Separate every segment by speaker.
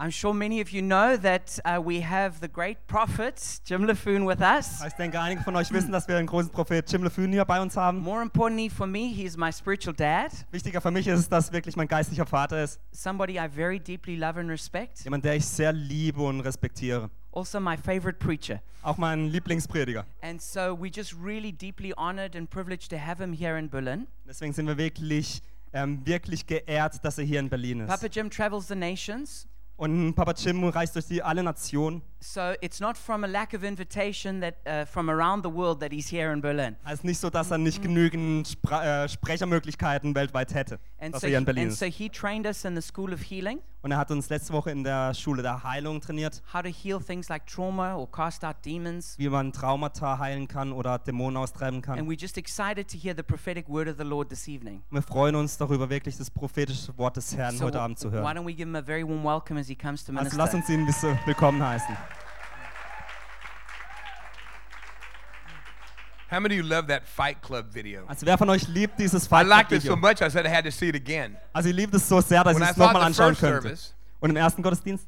Speaker 1: I'm sure many of you know that uh, we have the great prophet Jim LaFoon with us.
Speaker 2: Ich denke, einige von euch wissen, dass wir den großen Prophet Jim LeFun hier bei uns haben.
Speaker 1: More importantly for me, he's my spiritual dad,
Speaker 2: Wichtiger für mich ist es, dass wirklich mein geistlicher Vater ist.
Speaker 1: somebody I very deeply love and respect,
Speaker 2: Jemand, der ich sehr liebe und respektiere.
Speaker 1: also my favorite preacher.
Speaker 2: Auch mein Lieblingsprediger.
Speaker 1: And so we're just really deeply honored and privileged to have him here in Berlin.
Speaker 2: Deswegen sind wir wirklich, ähm, wirklich geehrt, dass er hier in Berlin ist.
Speaker 1: Papa Jim travels the nations,
Speaker 2: Und Papa Jim reist durch die alle Nationen.
Speaker 1: so it's not from a lack of invitation that uh, from around the world that he's here in Berlin.
Speaker 2: Also nicht so, dass er
Speaker 1: Mhm.
Speaker 2: nicht genügend Spra äh, Sprechermöglichkeiten weltweit hätte,
Speaker 1: And,
Speaker 2: dass
Speaker 1: so
Speaker 2: er
Speaker 1: he,
Speaker 2: hier in Berlin
Speaker 1: and
Speaker 2: ist.
Speaker 1: so he trained us in the school of healing,
Speaker 2: Und er hat uns letzte Woche in der Schule der Heilung trainiert,
Speaker 1: how to heal things like trauma or cast out demons.
Speaker 2: wie man Traumata heilen kann oder Dämonen austreiben kann.
Speaker 1: And we're just excited to hear the prophetic word of the Lord this evening.
Speaker 2: Wir freuen uns darüber, wirklich das prophetische Wort des Herrn
Speaker 1: So
Speaker 2: heute Abend zu
Speaker 1: why
Speaker 2: hören.
Speaker 1: don't we give him a very warm welcome as he comes to
Speaker 2: Also
Speaker 1: minister?
Speaker 2: lass uns ihn wisse- willkommen heißen.
Speaker 3: How many of you love that Fight Club video?
Speaker 2: Also wer von euch liebt dieses
Speaker 3: I
Speaker 2: Fight Club
Speaker 3: liked it
Speaker 2: Video?
Speaker 3: so much, I said I had to see it again.
Speaker 2: Also ihr liebt es so sehr, dass
Speaker 3: When
Speaker 2: ihr
Speaker 3: I
Speaker 2: es nochmal
Speaker 3: thought the
Speaker 2: anschauen
Speaker 3: first
Speaker 2: könnt.
Speaker 3: service,
Speaker 2: Und im ersten Gottesdienst,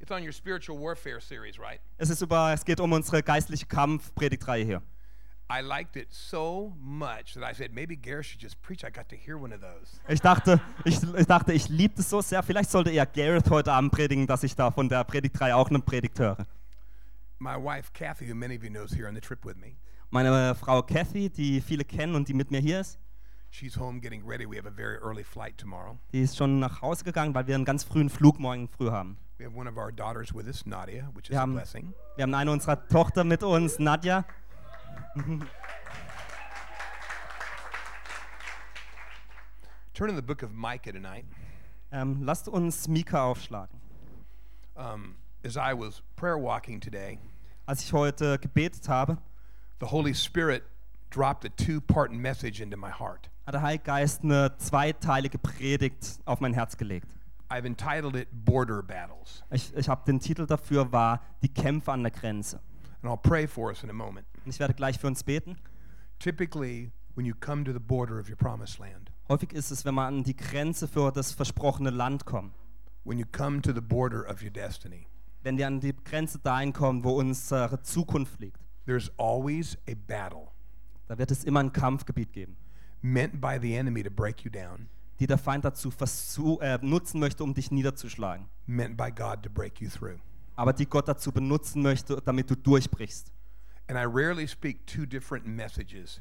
Speaker 3: it's on your spiritual warfare series, right?
Speaker 2: es, ist über, es geht um unsere geistliche Kampfpredigtreihe hier.
Speaker 3: I liked it so much that I said maybe Gary should just preach. I got to hear one of those.
Speaker 2: Ich dachte, ich, ich dachte, ich liebe es so sehr. Vielleicht sollte eher Gareth heute Abend predigen, dass ich da von der Predigtreihe auch eine Predigt höre.
Speaker 3: My wife Kathy, who many of you knows here on the trip with me,
Speaker 2: Meine äh, Frau Kathy, die viele kennen und die mit mir hier ist,
Speaker 3: she's home getting ready. We have a very early flight tomorrow.
Speaker 2: die ist schon nach Hause gegangen, weil wir einen ganz frühen Flug morgen früh haben.
Speaker 3: We have one of our daughters with us, Nadia, which is
Speaker 2: Wir
Speaker 3: a
Speaker 2: haben,
Speaker 3: blessing.
Speaker 2: wir haben eine unserer Tochter mit uns, Nadja.
Speaker 3: Turn in the book of Micah tonight.
Speaker 2: Ähm, lasst uns Mika aufschlagen.
Speaker 3: Um, as I was prayer walking today,
Speaker 2: Als ich heute gebetet habe,
Speaker 3: the Holy Spirit dropped a two-part message into my heart.
Speaker 2: hat der Heilige Geist eine zweiteilige Predigt auf mein Herz gelegt.
Speaker 3: I've entitled it Border Battles.
Speaker 2: Ich, ich habe den Titel dafür war Die Kämpfe an der Grenze.
Speaker 3: And I'll pray for us in a moment.
Speaker 2: Und ich werde gleich für uns beten.
Speaker 3: Typically, when you come to the border of your promised land,
Speaker 2: Häufig ist es, wenn man an die Grenze für das versprochene Land kommt.
Speaker 3: when you come to the border of your destiny,
Speaker 2: Wenn wir an die Grenze dahin kommen, wo unsere Zukunft liegt,
Speaker 3: there's always a battle
Speaker 2: da wird es immer ein Kampfgebiet geben,
Speaker 3: meant by the enemy to break you down,
Speaker 2: die der Feind dazu versu- äh, nutzen möchte, um dich niederzuschlagen.
Speaker 3: meant by God to break you through.
Speaker 2: Aber die Gott dazu benutzen möchte, damit du durchbrichst.
Speaker 3: And I rarely speak two different messages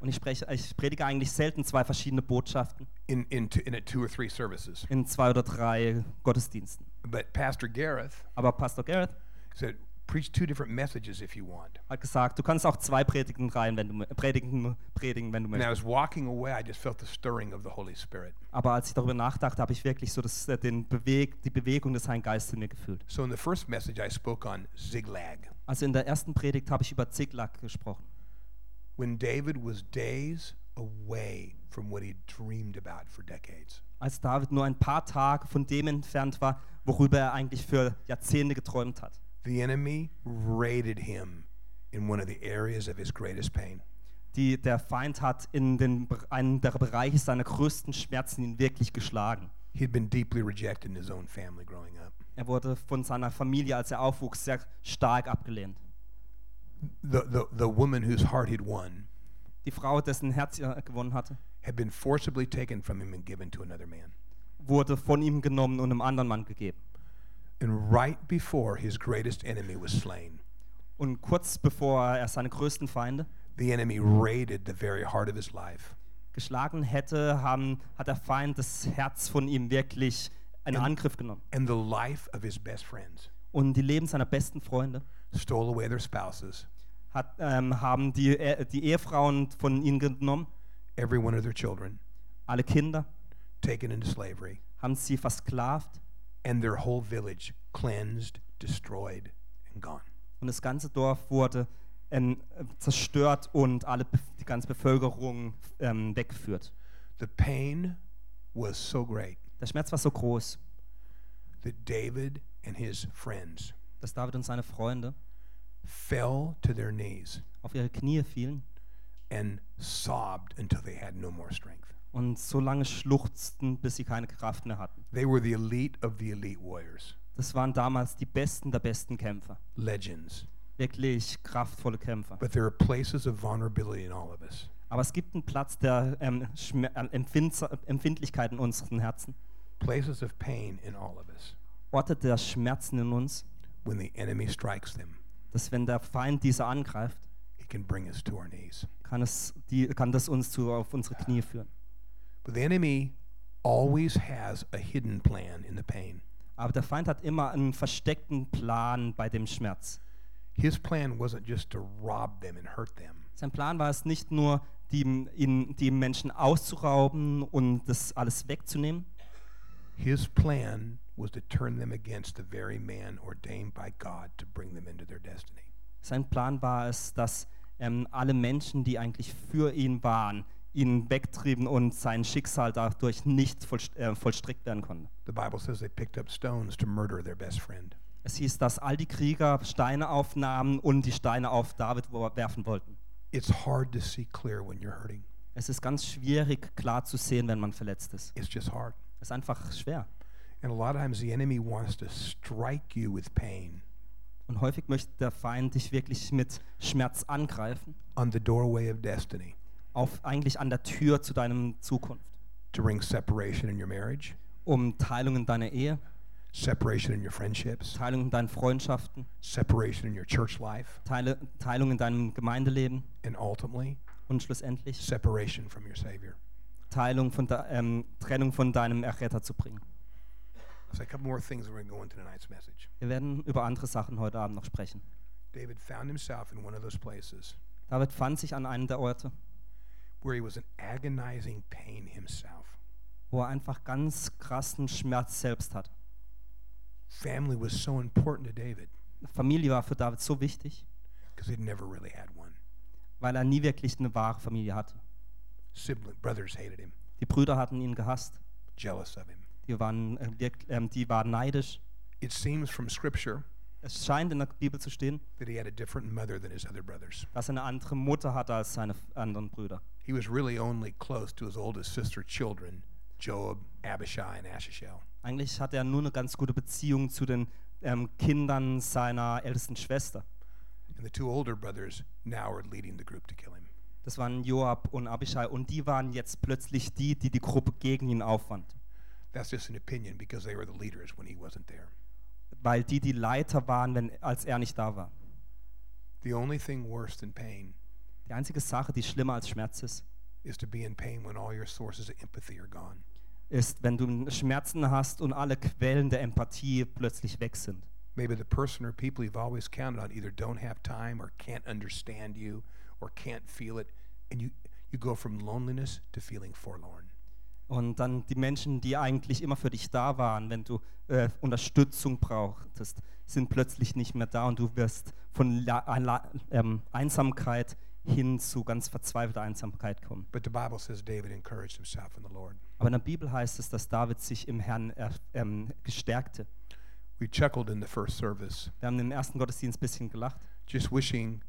Speaker 2: Und ich, spreche, ich predige eigentlich selten zwei verschiedene Botschaften
Speaker 3: in, in, two, in a two or three services.
Speaker 2: in zwei oder drei Gottesdiensten.
Speaker 3: But Pastor Gareth
Speaker 2: Aber Pastor Garrett
Speaker 3: said, preach two different messages if you want.
Speaker 2: hat gesagt, du kannst auch zwei Predigten rein, wenn du mö- Predigten predigen, wenn du
Speaker 3: And I
Speaker 2: möchtest.
Speaker 3: was walking away, I just felt the stirring of the Holy Spirit.
Speaker 2: Aber als ich darüber nachdachte, habe ich wirklich so das, äh, den Beweg, die Bewegung des Heiligen Geistes in mir gefühlt.
Speaker 3: So in the first message, I spoke on zigzag.
Speaker 2: Also in der ersten Predigt habe ich über Ziklag gesprochen.
Speaker 3: when David was days away from what he dreamed about for decades.
Speaker 2: Als David nur ein paar Tage von dem entfernt war, worüber er eigentlich für Jahrzehnte geträumt hat.
Speaker 3: The enemy raided him in one of the areas of his greatest pain.
Speaker 2: Die, der Feind hat in den, einem der Bereiche seiner größten Schmerzen ihn wirklich geschlagen.
Speaker 3: He'd been deeply rejected in his own family growing up.
Speaker 2: Er wurde von seiner Familie, als er aufwuchs, sehr stark abgelehnt.
Speaker 3: The, the, the woman whose heart he'd won
Speaker 2: Die Frau, dessen Herz er gewonnen hatte,
Speaker 3: had been forcibly taken from him and given to another man.
Speaker 2: wurde von ihm genommen und einem anderen Mann gegeben.
Speaker 3: And right before his greatest enemy was slain,
Speaker 2: Und kurz bevor er seine größten Feinde
Speaker 3: the enemy raided the very heart of his life
Speaker 2: geschlagen hätte, haben, hat der Feind das Herz von ihm wirklich in Angriff genommen.
Speaker 3: and the life of his best friends,
Speaker 2: Und die Leben seiner besten Freunde
Speaker 3: stole away their spouses,
Speaker 2: hat, ähm, haben die, äh, die Ehefrauen von ihnen genommen,
Speaker 3: every one of their children,
Speaker 2: alle Kinder,
Speaker 3: taken into slavery.
Speaker 2: haben sie versklavt
Speaker 3: and their whole village cleansed, destroyed, and gone.
Speaker 2: und das ganze Dorf wurde ähm, zerstört und alle, Be- die ganze Bevölkerung ähm, weggeführt.
Speaker 3: The pain was so great
Speaker 2: Der Schmerz war so groß,
Speaker 3: that David and his friends
Speaker 2: dass David und seine Freunde
Speaker 3: fell to their knees
Speaker 2: auf ihre Knie fielen
Speaker 3: and sobbed until they had no more strength.
Speaker 2: und so lange schluchzten, bis sie keine Kraft mehr hatten.
Speaker 3: They were the elite of the elite warriors.
Speaker 2: Das waren damals die besten der besten Kämpfer.
Speaker 3: legends.
Speaker 2: Wirklich kraftvolle Kämpfer.
Speaker 3: But there are places of vulnerability in all of us.
Speaker 2: Aber es gibt einen Platz der ähm, Schmer- äh, Empfinds Empfindlichkeit in unseren Herzen.
Speaker 3: places of pain in all of us
Speaker 2: Orte der Schmerzen in uns,
Speaker 3: when the enemy strikes them
Speaker 2: dass wenn der Feind diese angreift,
Speaker 3: it can bring us to our knees
Speaker 2: kann, es die, kann das uns zu, auf unsere Knie führen.
Speaker 3: but the enemy always has a hidden plan in the pain
Speaker 2: Aber der Feind hat immer einen versteckten Plan bei dem Schmerz.
Speaker 3: his plan wasn't just to rob them and hurt them
Speaker 2: Sein Plan war es nicht nur, die, ihn, die Menschen auszurauben und das alles wegzunehmen.
Speaker 3: his plan was to turn them against the very man ordained by god to bring them into their destiny
Speaker 2: Sein Plan war es, dass ähm, alle Menschen, die eigentlich für ihn waren, ihn wegtrieben und sein Schicksal dadurch nicht vollst äh, vollstreckt werden konnte.
Speaker 3: the bible says they picked up stones to murder their best friend
Speaker 2: Es hieß, dass all die Krieger Steine aufnahmen und die Steine auf David wo- werfen wollten.
Speaker 3: it's hard to see clear when you're hurting
Speaker 2: Es ist ganz schwierig, klar zu sehen, wenn man verletzt ist.
Speaker 3: it's just hard
Speaker 2: Es ist einfach schwer.
Speaker 3: and a lot of times the enemy wants to strike you with pain
Speaker 2: Und häufig möchte der Feind dich wirklich mit Schmerz angreifen,
Speaker 3: on the doorway of destiny
Speaker 2: auf, eigentlich an der Tür zu deinem Zukunft,
Speaker 3: to bring separation in your marriage,
Speaker 2: um Teilung in deiner Ehe,
Speaker 3: separation in your friendships,
Speaker 2: Teilung in deinen Freundschaften,
Speaker 3: separation in your church life,
Speaker 2: Teile, Teilung in deinem Gemeindeleben
Speaker 3: and ultimately
Speaker 2: und schlussendlich
Speaker 3: separation from your Savior.
Speaker 2: Teilung von de, ähm, Trennung von deinem Erretter zu bringen.
Speaker 3: So a couple more things that we're going to go into tonight's message.
Speaker 2: Wir werden über andere Sachen heute Abend noch sprechen.
Speaker 3: David found himself in one of those places
Speaker 2: David fand sich an einem der Orte,
Speaker 3: where he was in agonizing pain himself.
Speaker 2: wo er einfach ganz krassen Schmerz selbst hat.
Speaker 3: Family was so important to David
Speaker 2: Familie war für David so wichtig,
Speaker 3: because he'd never really had one.
Speaker 2: weil er nie wirklich eine wahre Familie hatte.
Speaker 3: Sibling brothers hated him,
Speaker 2: Die Brüder hatten ihn gehasst,
Speaker 3: jealous of him.
Speaker 2: die waren, äh, wirk- ähm, die waren neidisch.
Speaker 3: It seems from Scripture
Speaker 2: Es scheint in der Bibel zu stehen,
Speaker 3: that he had a different mother than his other brothers.
Speaker 2: dass er eine andere Mutter hatte als seine f- anderen Brüder.
Speaker 3: He was really only close to his oldest sister children, Joab, Abishai, and Ashishel.
Speaker 2: Eigentlich hatte er nur eine ganz gute Beziehung zu den ähm, Kindern seiner ältesten Schwester.
Speaker 3: And the two older brothers now are leading the group to kill him.
Speaker 2: Das waren Joab und Abishai und die waren jetzt plötzlich die, die die Gruppe gegen ihn aufwand.
Speaker 3: That's just an opinion because they were the leaders when he wasn't there.
Speaker 2: Weil die die Leiter waren, wenn, als er nicht da war.
Speaker 3: The only thing worse than pain
Speaker 2: Die einzige Sache, die schlimmer als Schmerz ist,
Speaker 3: is to be in pain when all your sources of empathy are gone.
Speaker 2: ist, wenn du Schmerzen hast und alle Quellen der Empathie plötzlich weg sind.
Speaker 3: Maybe the person or people you've always counted on either don't have time or can't understand you or can't feel it, and you, you go from loneliness to feeling forlorn.
Speaker 2: Und dann die Menschen, die eigentlich immer für dich da waren, wenn du äh, Unterstützung brauchtest, sind plötzlich nicht mehr da und du wirst von La La ähm, Einsamkeit hin zu ganz verzweifelter Einsamkeit kommen.
Speaker 3: But the Bible says David encouraged himself in the Lord.
Speaker 2: Aber in der Bibel heißt es, dass David sich im Herrn er, ähm, gestärkte.
Speaker 3: We chuckled in the first service
Speaker 2: Wir haben im ersten Gottesdienst ein bisschen gelacht.
Speaker 3: just wishing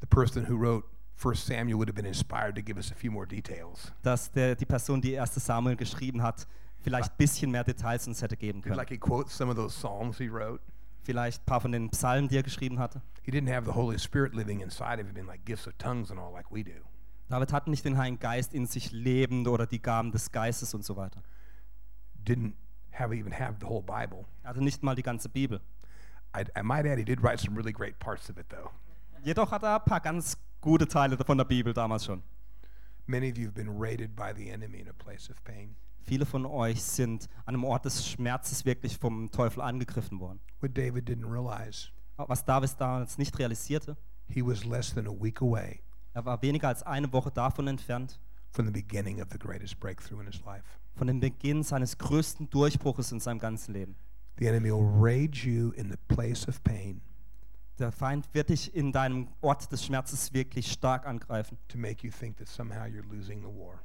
Speaker 3: the person who wrote First Samuel would have been inspired to give us a few more details.
Speaker 2: dass der, die Person, die 1. Samuel geschrieben hat, vielleicht ein bisschen mehr Details uns hätte geben können.
Speaker 3: Like he quotes some of those psalms he wrote.
Speaker 2: Vielleicht ein paar von den Psalmen, die er geschrieben hatte.
Speaker 3: He didn't have the Holy Spirit living inside of him in like gifts of tongues and all like we do.
Speaker 2: David hat nicht den Heiligen Geist in sich lebend oder die Gaben des Geistes und so weiter.
Speaker 3: Didn't have even have the whole Bible.
Speaker 2: Er hatte nicht mal die ganze Bibel.
Speaker 3: I, I might add, he did write some really great parts of it though.
Speaker 2: Jedoch hat er ein paar ganz gute Teile von der Bibel damals schon.
Speaker 3: Many of you have been raided by the enemy in a place of pain.
Speaker 2: Viele von euch sind an einem Ort des Schmerzes wirklich vom Teufel angegriffen worden.
Speaker 3: What David didn't realize,
Speaker 2: Aber Was David damals nicht realisierte,
Speaker 3: he was less than a week away
Speaker 2: er war weniger als eine Woche davon entfernt,
Speaker 3: from the beginning of the greatest breakthrough in his life.
Speaker 2: von dem Beginn seines größten Durchbruches in seinem ganzen Leben.
Speaker 3: The enemy will raid you in the place of pain
Speaker 2: Der Feind wird dich in deinem Ort des Schmerzes wirklich stark angreifen,
Speaker 3: to make you think that somehow you're losing the war.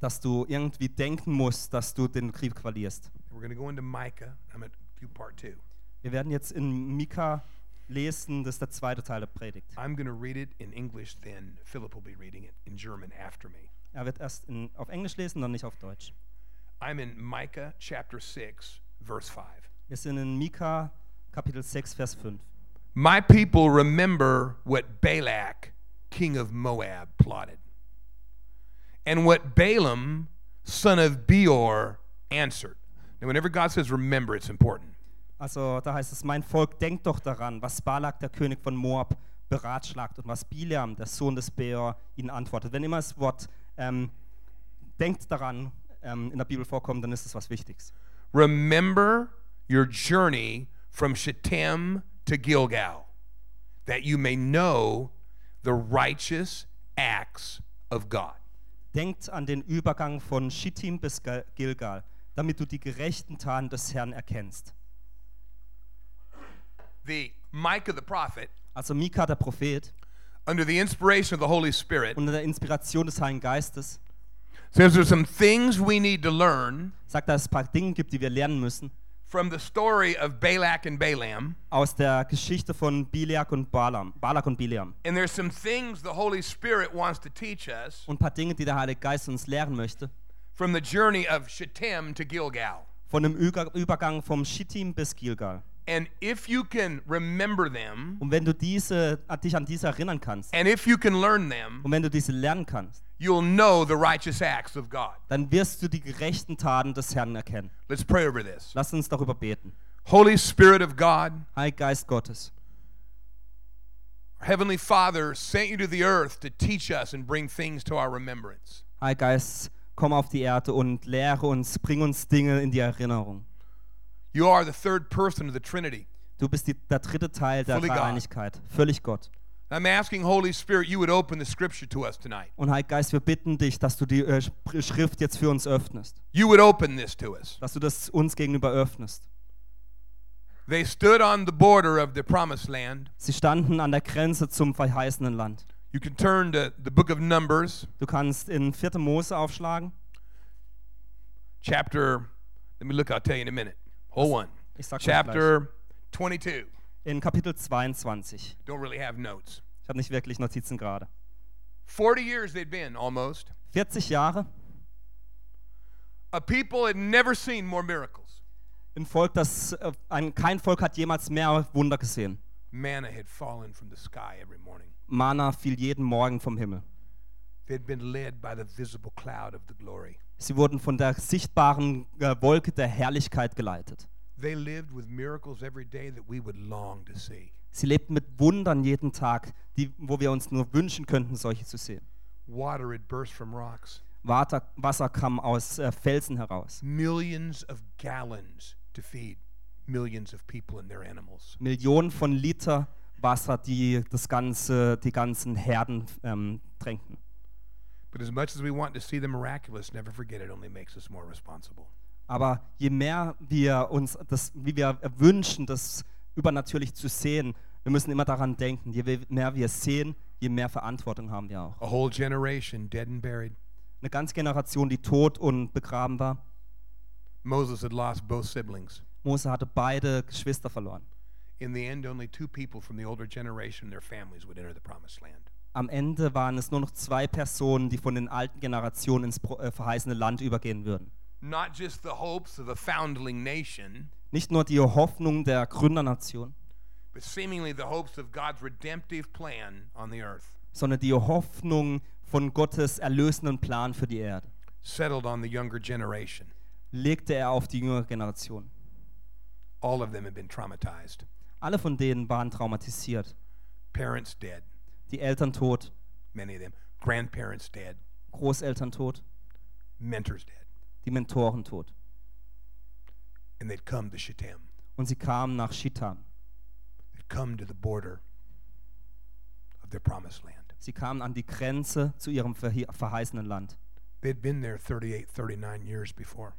Speaker 2: dass du irgendwie denken musst, dass du den Krieg verlierst.
Speaker 3: We're going to go into Micah. I'm going to do part two.
Speaker 2: Wir werden jetzt in Mika lesen, das ist der zweite Teil der Predigt.
Speaker 3: I'm going to read it in English, then Philip will be reading it in German after me.
Speaker 2: Er wird erst in, auf Englisch lesen, dann nicht auf Deutsch.
Speaker 3: I'm in Micah chapter 6, verse 5.
Speaker 2: Wir sind in Mika Kapitel 6, Vers 5.
Speaker 3: My people remember what Balak, king of Moab, plotted, and what Balaam, son of Beor, answered. Now, whenever God says remember, it's important.
Speaker 2: Also da heißt es, mein Volk, denkt doch daran, was Balak, der König von Moab, beratschlagt und was Bileam, der Sohn des Beor, ihnen antwortet. Wenn immer das Wort ähm, denkt daran ähm, in der Bibel vorkommt, dann ist es was Wichtiges.
Speaker 3: Remember your journey from Shittim to Gilgal, that you may know the righteous acts of God.
Speaker 2: Denkt an den Übergang von Schittim bis Gal- Gilgal, damit du die gerechten Taten des Herrn erkennst.
Speaker 3: The Micah the prophet,
Speaker 2: Also Mika, der Prophet,
Speaker 3: under the inspiration of the Holy Spirit,
Speaker 2: unter der Inspiration des Heiligen Geistes,
Speaker 3: says there's some things we need to learn
Speaker 2: sagt, dass es ein paar Dinge gibt, die wir lernen müssen
Speaker 3: from the story of Balak and Balaam,
Speaker 2: aus der Geschichte von Bileak und Balaam, Balak und Bileam.
Speaker 3: and there's some things the Holy Spirit wants to teach us
Speaker 2: Und ein paar Dinge, die der Heilige Geist uns lehren möchte.
Speaker 3: from the journey of Shittim to Gilgal.
Speaker 2: Von dem Üga- Übergang vom Schittim bis Gilgal.
Speaker 3: And if you can remember them,
Speaker 2: Und wenn du diese, dich an diese erinnern kannst
Speaker 3: and if you can learn them,
Speaker 2: und wenn du diese lernen kannst,
Speaker 3: you'll know the righteous acts of God.
Speaker 2: dann wirst du die gerechten Taten des Herrn erkennen.
Speaker 3: Let's pray over this.
Speaker 2: Lass uns darüber beten.
Speaker 3: Holy Spirit of God,
Speaker 2: Heiliger Geist Gottes,
Speaker 3: our Heavenly Father sent you to the earth to teach us and bring things to our remembrance.
Speaker 2: Heiliger Geist, komm auf die Erde und lehre uns, bring uns Dinge in die Erinnerung.
Speaker 3: You are the third person of the Trinity.
Speaker 2: Du bist die, der dritte Teil der
Speaker 3: Fully God.
Speaker 2: Dreieinigkeit, völlig Gott.
Speaker 3: I'm asking, Holy Spirit, you would open the scripture to us tonight.
Speaker 2: Und Heiliger Geist, wir bitten dich, dass du die äh, Sch- Schrift jetzt für uns öffnest,
Speaker 3: You would open this to us.
Speaker 2: dass du das uns gegenüber öffnest.
Speaker 3: They stood on the border of the promised land.
Speaker 2: Sie standen an der Grenze zum verheißenen Land.
Speaker 3: You can turn to the book of Numbers,
Speaker 2: Du kannst in 4. Mose aufschlagen.
Speaker 3: chapter, let me look, I'll tell you in a minute. Hold on.
Speaker 2: Ich sag's euch
Speaker 3: Chapter 22.
Speaker 2: In Kapitel 22.
Speaker 3: Don't really have notes.
Speaker 2: Ich habe nicht wirklich Notizen gerade.
Speaker 3: 40 years they'd been almost.
Speaker 2: 40 Jahre
Speaker 3: A people had never seen more miracles.
Speaker 2: im Volk, das äh, ein, kein Volk hat jemals mehr Wunder gesehen.
Speaker 3: Manna had fallen from the sky every morning.
Speaker 2: Mana fiel jeden Morgen vom Himmel.
Speaker 3: They'd been led by the visible cloud of the glory.
Speaker 2: Sie wurden von der sichtbaren äh, Wolke der Herrlichkeit geleitet.
Speaker 3: They lived with miracles every day that we would long to see.
Speaker 2: Sie lebten mit Wundern jeden Tag, die, wo wir uns nur wünschen könnten, solche zu sehen.
Speaker 3: Water had burst from rocks.
Speaker 2: Water, Wasser kam aus äh, Felsen heraus.
Speaker 3: millions of gallons to feed millions of people and their animals.
Speaker 2: Millionen von Liter Wasser, die das ganze, die ganzen Herden ähm, tränkten.
Speaker 3: But as much as we want to see the miraculous, never forget it only makes us more responsible.
Speaker 2: Aber je mehr wir uns das, wie wir wünschen, das übernatürlich zu sehen, wir müssen immer daran denken, je we- mehr wir sehen, je mehr Verantwortung haben wir auch.
Speaker 3: A whole generation dead and buried.
Speaker 2: Eine ganze Generation, die tot und begraben war.
Speaker 3: Moses had lost both siblings.
Speaker 2: Mose hatte beide Geschwister verloren.
Speaker 3: In the end, only two people from the older generation and their families would enter the promised land.
Speaker 2: Am Ende waren es nur noch zwei Personen, die von den alten Generationen ins pro- äh, verheißene Land übergehen würden.
Speaker 3: Not just the hopes of a foundling nation,
Speaker 2: Nicht nur die Hoffnung der Gründernation,
Speaker 3: but seemingly the hopes of God's redemptive plan on the earth,
Speaker 2: sondern die Hoffnung von Gottes erlösenden Plan für die Erde,
Speaker 3: settled on the younger generation.
Speaker 2: legte er auf die jüngere Generation.
Speaker 3: All of them had been traumatized.
Speaker 2: Alle von denen waren traumatisiert.
Speaker 3: Parents dead,
Speaker 2: Die Eltern tot,
Speaker 3: many of them. Grandparents dead.
Speaker 2: Großeltern tot,
Speaker 3: mentors dead,
Speaker 2: die Mentoren tot.
Speaker 3: and they'd come to Shittim.
Speaker 2: Und sie kamen nach Shittim.
Speaker 3: They'd come to the border of their promised land.
Speaker 2: Sie kamen an die Grenze zu ihrem verhe- verheißenen Land.
Speaker 3: They'd been there 38, 39 years before,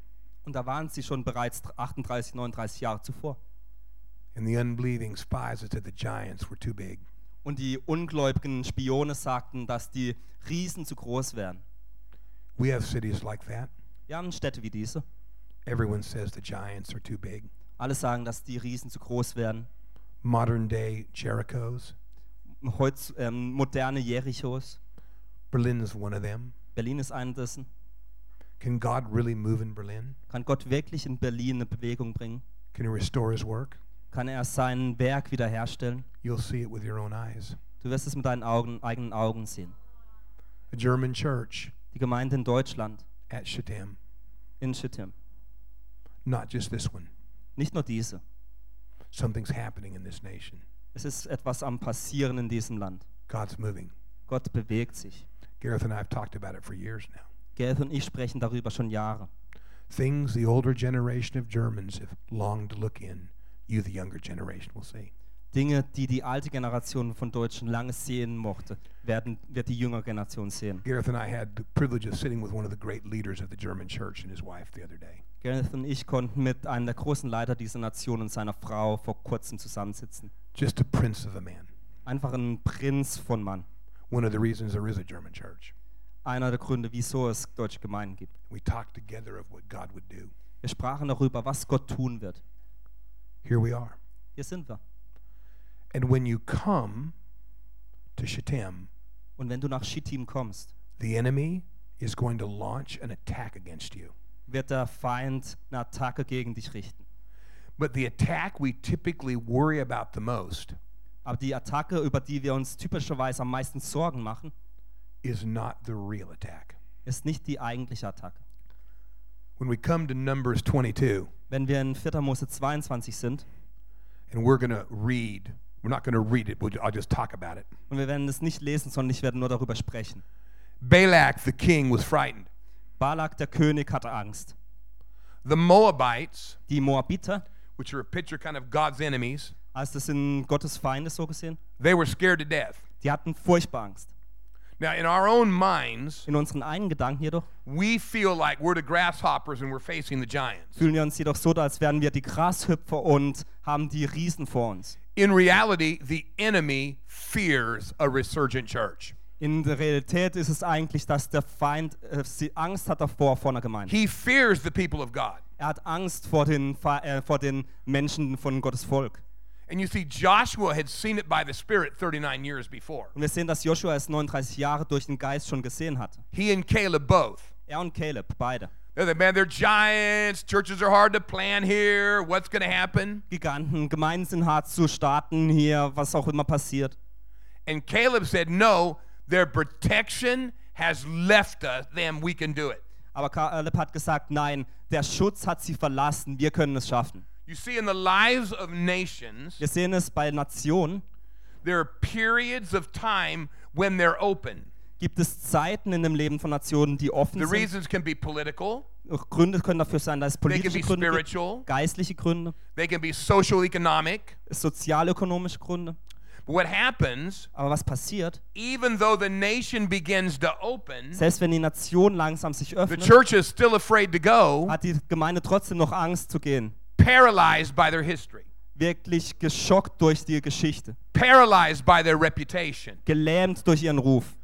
Speaker 2: Und da waren sie schon bereits 38, 39 Jahre zuvor.
Speaker 3: and the unbelieving spies that said the giants were too big.
Speaker 2: Und die ungläubigen Spione sagten, dass die Riesen zu groß wären.
Speaker 3: We have cities like that.
Speaker 2: Wir haben Städte wie diese.
Speaker 3: Everyone says the giants are too big.
Speaker 2: Alle sagen, dass die Riesen zu groß wären.
Speaker 3: Modern day Jericho's.
Speaker 2: Heutz, ähm, moderne Jerichos.
Speaker 3: Berlin's one of them.
Speaker 2: Berlin ist eine dessen.
Speaker 3: Can God really move in Berlin?
Speaker 2: Kann Gott wirklich in Berlin eine Bewegung bringen?
Speaker 3: Can he restore his work?
Speaker 2: Kann er sein Werk wiederherstellen?
Speaker 3: You'll see it with your own eyes.
Speaker 2: Du wirst es mit deinen Augen, eigenen Augen sehen.
Speaker 3: A German church
Speaker 2: Die Gemeinde in Deutschland,
Speaker 3: at Shittim,
Speaker 2: in Schittim,
Speaker 3: not just this one.
Speaker 2: nicht nur diese.
Speaker 3: Something's happening in this nation.
Speaker 2: Es ist etwas am Passieren in diesem Land.
Speaker 3: God's moving.
Speaker 2: Gott bewegt sich.
Speaker 3: Gareth and I have talked about it for years now.
Speaker 2: Gareth und ich sprechen darüber schon Jahre.
Speaker 3: Things the older generation of Germans have longed to look in, you, the younger generation, will see.
Speaker 2: Dinge, die die alte Generation von Deutschen lange sehen mochte, werden, wird die jüngere Generation sehen.
Speaker 3: Gareth and I had the privilege of sitting with one of the great leaders of the German church and his wife the other day.
Speaker 2: Gareth und ich konnten mit einem der großen Leiter dieser Nation und seiner Frau vor kurzem zusammensitzen.
Speaker 3: Just a prince of a man.
Speaker 2: Einfach ein Prinz von Mann.
Speaker 3: One of the reasons there is a German church.
Speaker 2: Einer der Gründe, wieso es deutsche Gemeinden gibt.
Speaker 3: We talked together of what God would do.
Speaker 2: Wir sprachen darüber, was Gott tun wird.
Speaker 3: Here we are.
Speaker 2: Hier sind wir.
Speaker 3: And when you come to Shittim,
Speaker 2: Und wenn du nach Schittim kommst,
Speaker 3: the enemy is going to launch an attack against you.
Speaker 2: wird der Feind eine Attacke gegen dich richten.
Speaker 3: But the attack we typically worry about the most
Speaker 2: Aber die Attacke, über die wir uns typischerweise am meisten Sorgen machen,
Speaker 3: is not the real attack.
Speaker 2: ist nicht die eigentliche Attacke.
Speaker 3: When we come to Numbers 22,
Speaker 2: Wenn wir in 4. Mose 22 sind
Speaker 3: and we're going to read, we're not going to read it, we'll, ju- I'll just talk about it.
Speaker 2: und wir werden es nicht lesen, sondern ich werde nur darüber sprechen.
Speaker 3: Balak the king was frightened.
Speaker 2: Balak, der König, hatte Angst.
Speaker 3: The Moabites,
Speaker 2: Die Moabiter,
Speaker 3: which are a picture kind of God's enemies,
Speaker 2: also das sind Gottes Feinde so gesehen,
Speaker 3: they were scared to death.
Speaker 2: die hatten furchtbar Angst.
Speaker 3: Now, in our own minds,
Speaker 2: In unseren einen Gedanken jedoch
Speaker 3: we feel like we're the grasshoppers and we're facing the giants.
Speaker 2: fühlen wir uns jedoch so, als wären wir die Grashüpfer und haben die Riesen vor uns.
Speaker 3: In reality, the enemy fears a resurgent church.
Speaker 2: In der Realität ist es eigentlich, dass der Feind äh, sie Angst hat davor vor einer Gemeinde.
Speaker 3: He fears the people of God.
Speaker 2: Er hat Angst vor den, Fa- äh, vor den Menschen von Gottes Volk.
Speaker 3: And you see, Joshua had seen it by the Spirit 39 years before.
Speaker 2: Und wir sehen, dass Joshua es 39 Jahre durch den Geist schon gesehen hatte.
Speaker 3: He and Caleb both.
Speaker 2: Er und Caleb, beide.
Speaker 3: They're the man, they're giants. Churches are hard to plan here. What's going to happen?
Speaker 2: Giganten, Gemeinden sind hart zu starten hier, was auch immer passiert.
Speaker 3: And Caleb said, No, their protection has left us, them. We can do it.
Speaker 2: Aber Caleb hat gesagt, nein, der Schutz hat sie verlassen, wir können es schaffen.
Speaker 3: You see, in the lives of nations,
Speaker 2: Wir sehen es bei Nationen,
Speaker 3: there are periods of time when they're open.
Speaker 2: gibt es Zeiten in dem Leben von Nationen, die offen
Speaker 3: The
Speaker 2: sind.
Speaker 3: reasons can be political,
Speaker 2: Gründe können dafür sein, dass es
Speaker 3: they can
Speaker 2: politische
Speaker 3: be
Speaker 2: Gründe gibt,
Speaker 3: spiritual,
Speaker 2: geistliche Gründe,
Speaker 3: they can be social economic.
Speaker 2: sozialökonomische Gründe.
Speaker 3: But what happens,
Speaker 2: Aber was passiert?
Speaker 3: even though the nation begins to open,
Speaker 2: Selbst wenn die Nation langsam sich
Speaker 3: the
Speaker 2: öffnet,
Speaker 3: church is still afraid to go,
Speaker 2: hat die Gemeinde trotzdem noch Angst zu gehen.
Speaker 3: paralyzed by their history,
Speaker 2: Wirklich geschockt durch die Geschichte,
Speaker 3: paralyzed by their reputation,
Speaker 2: gelähmt durch ihren Ruf,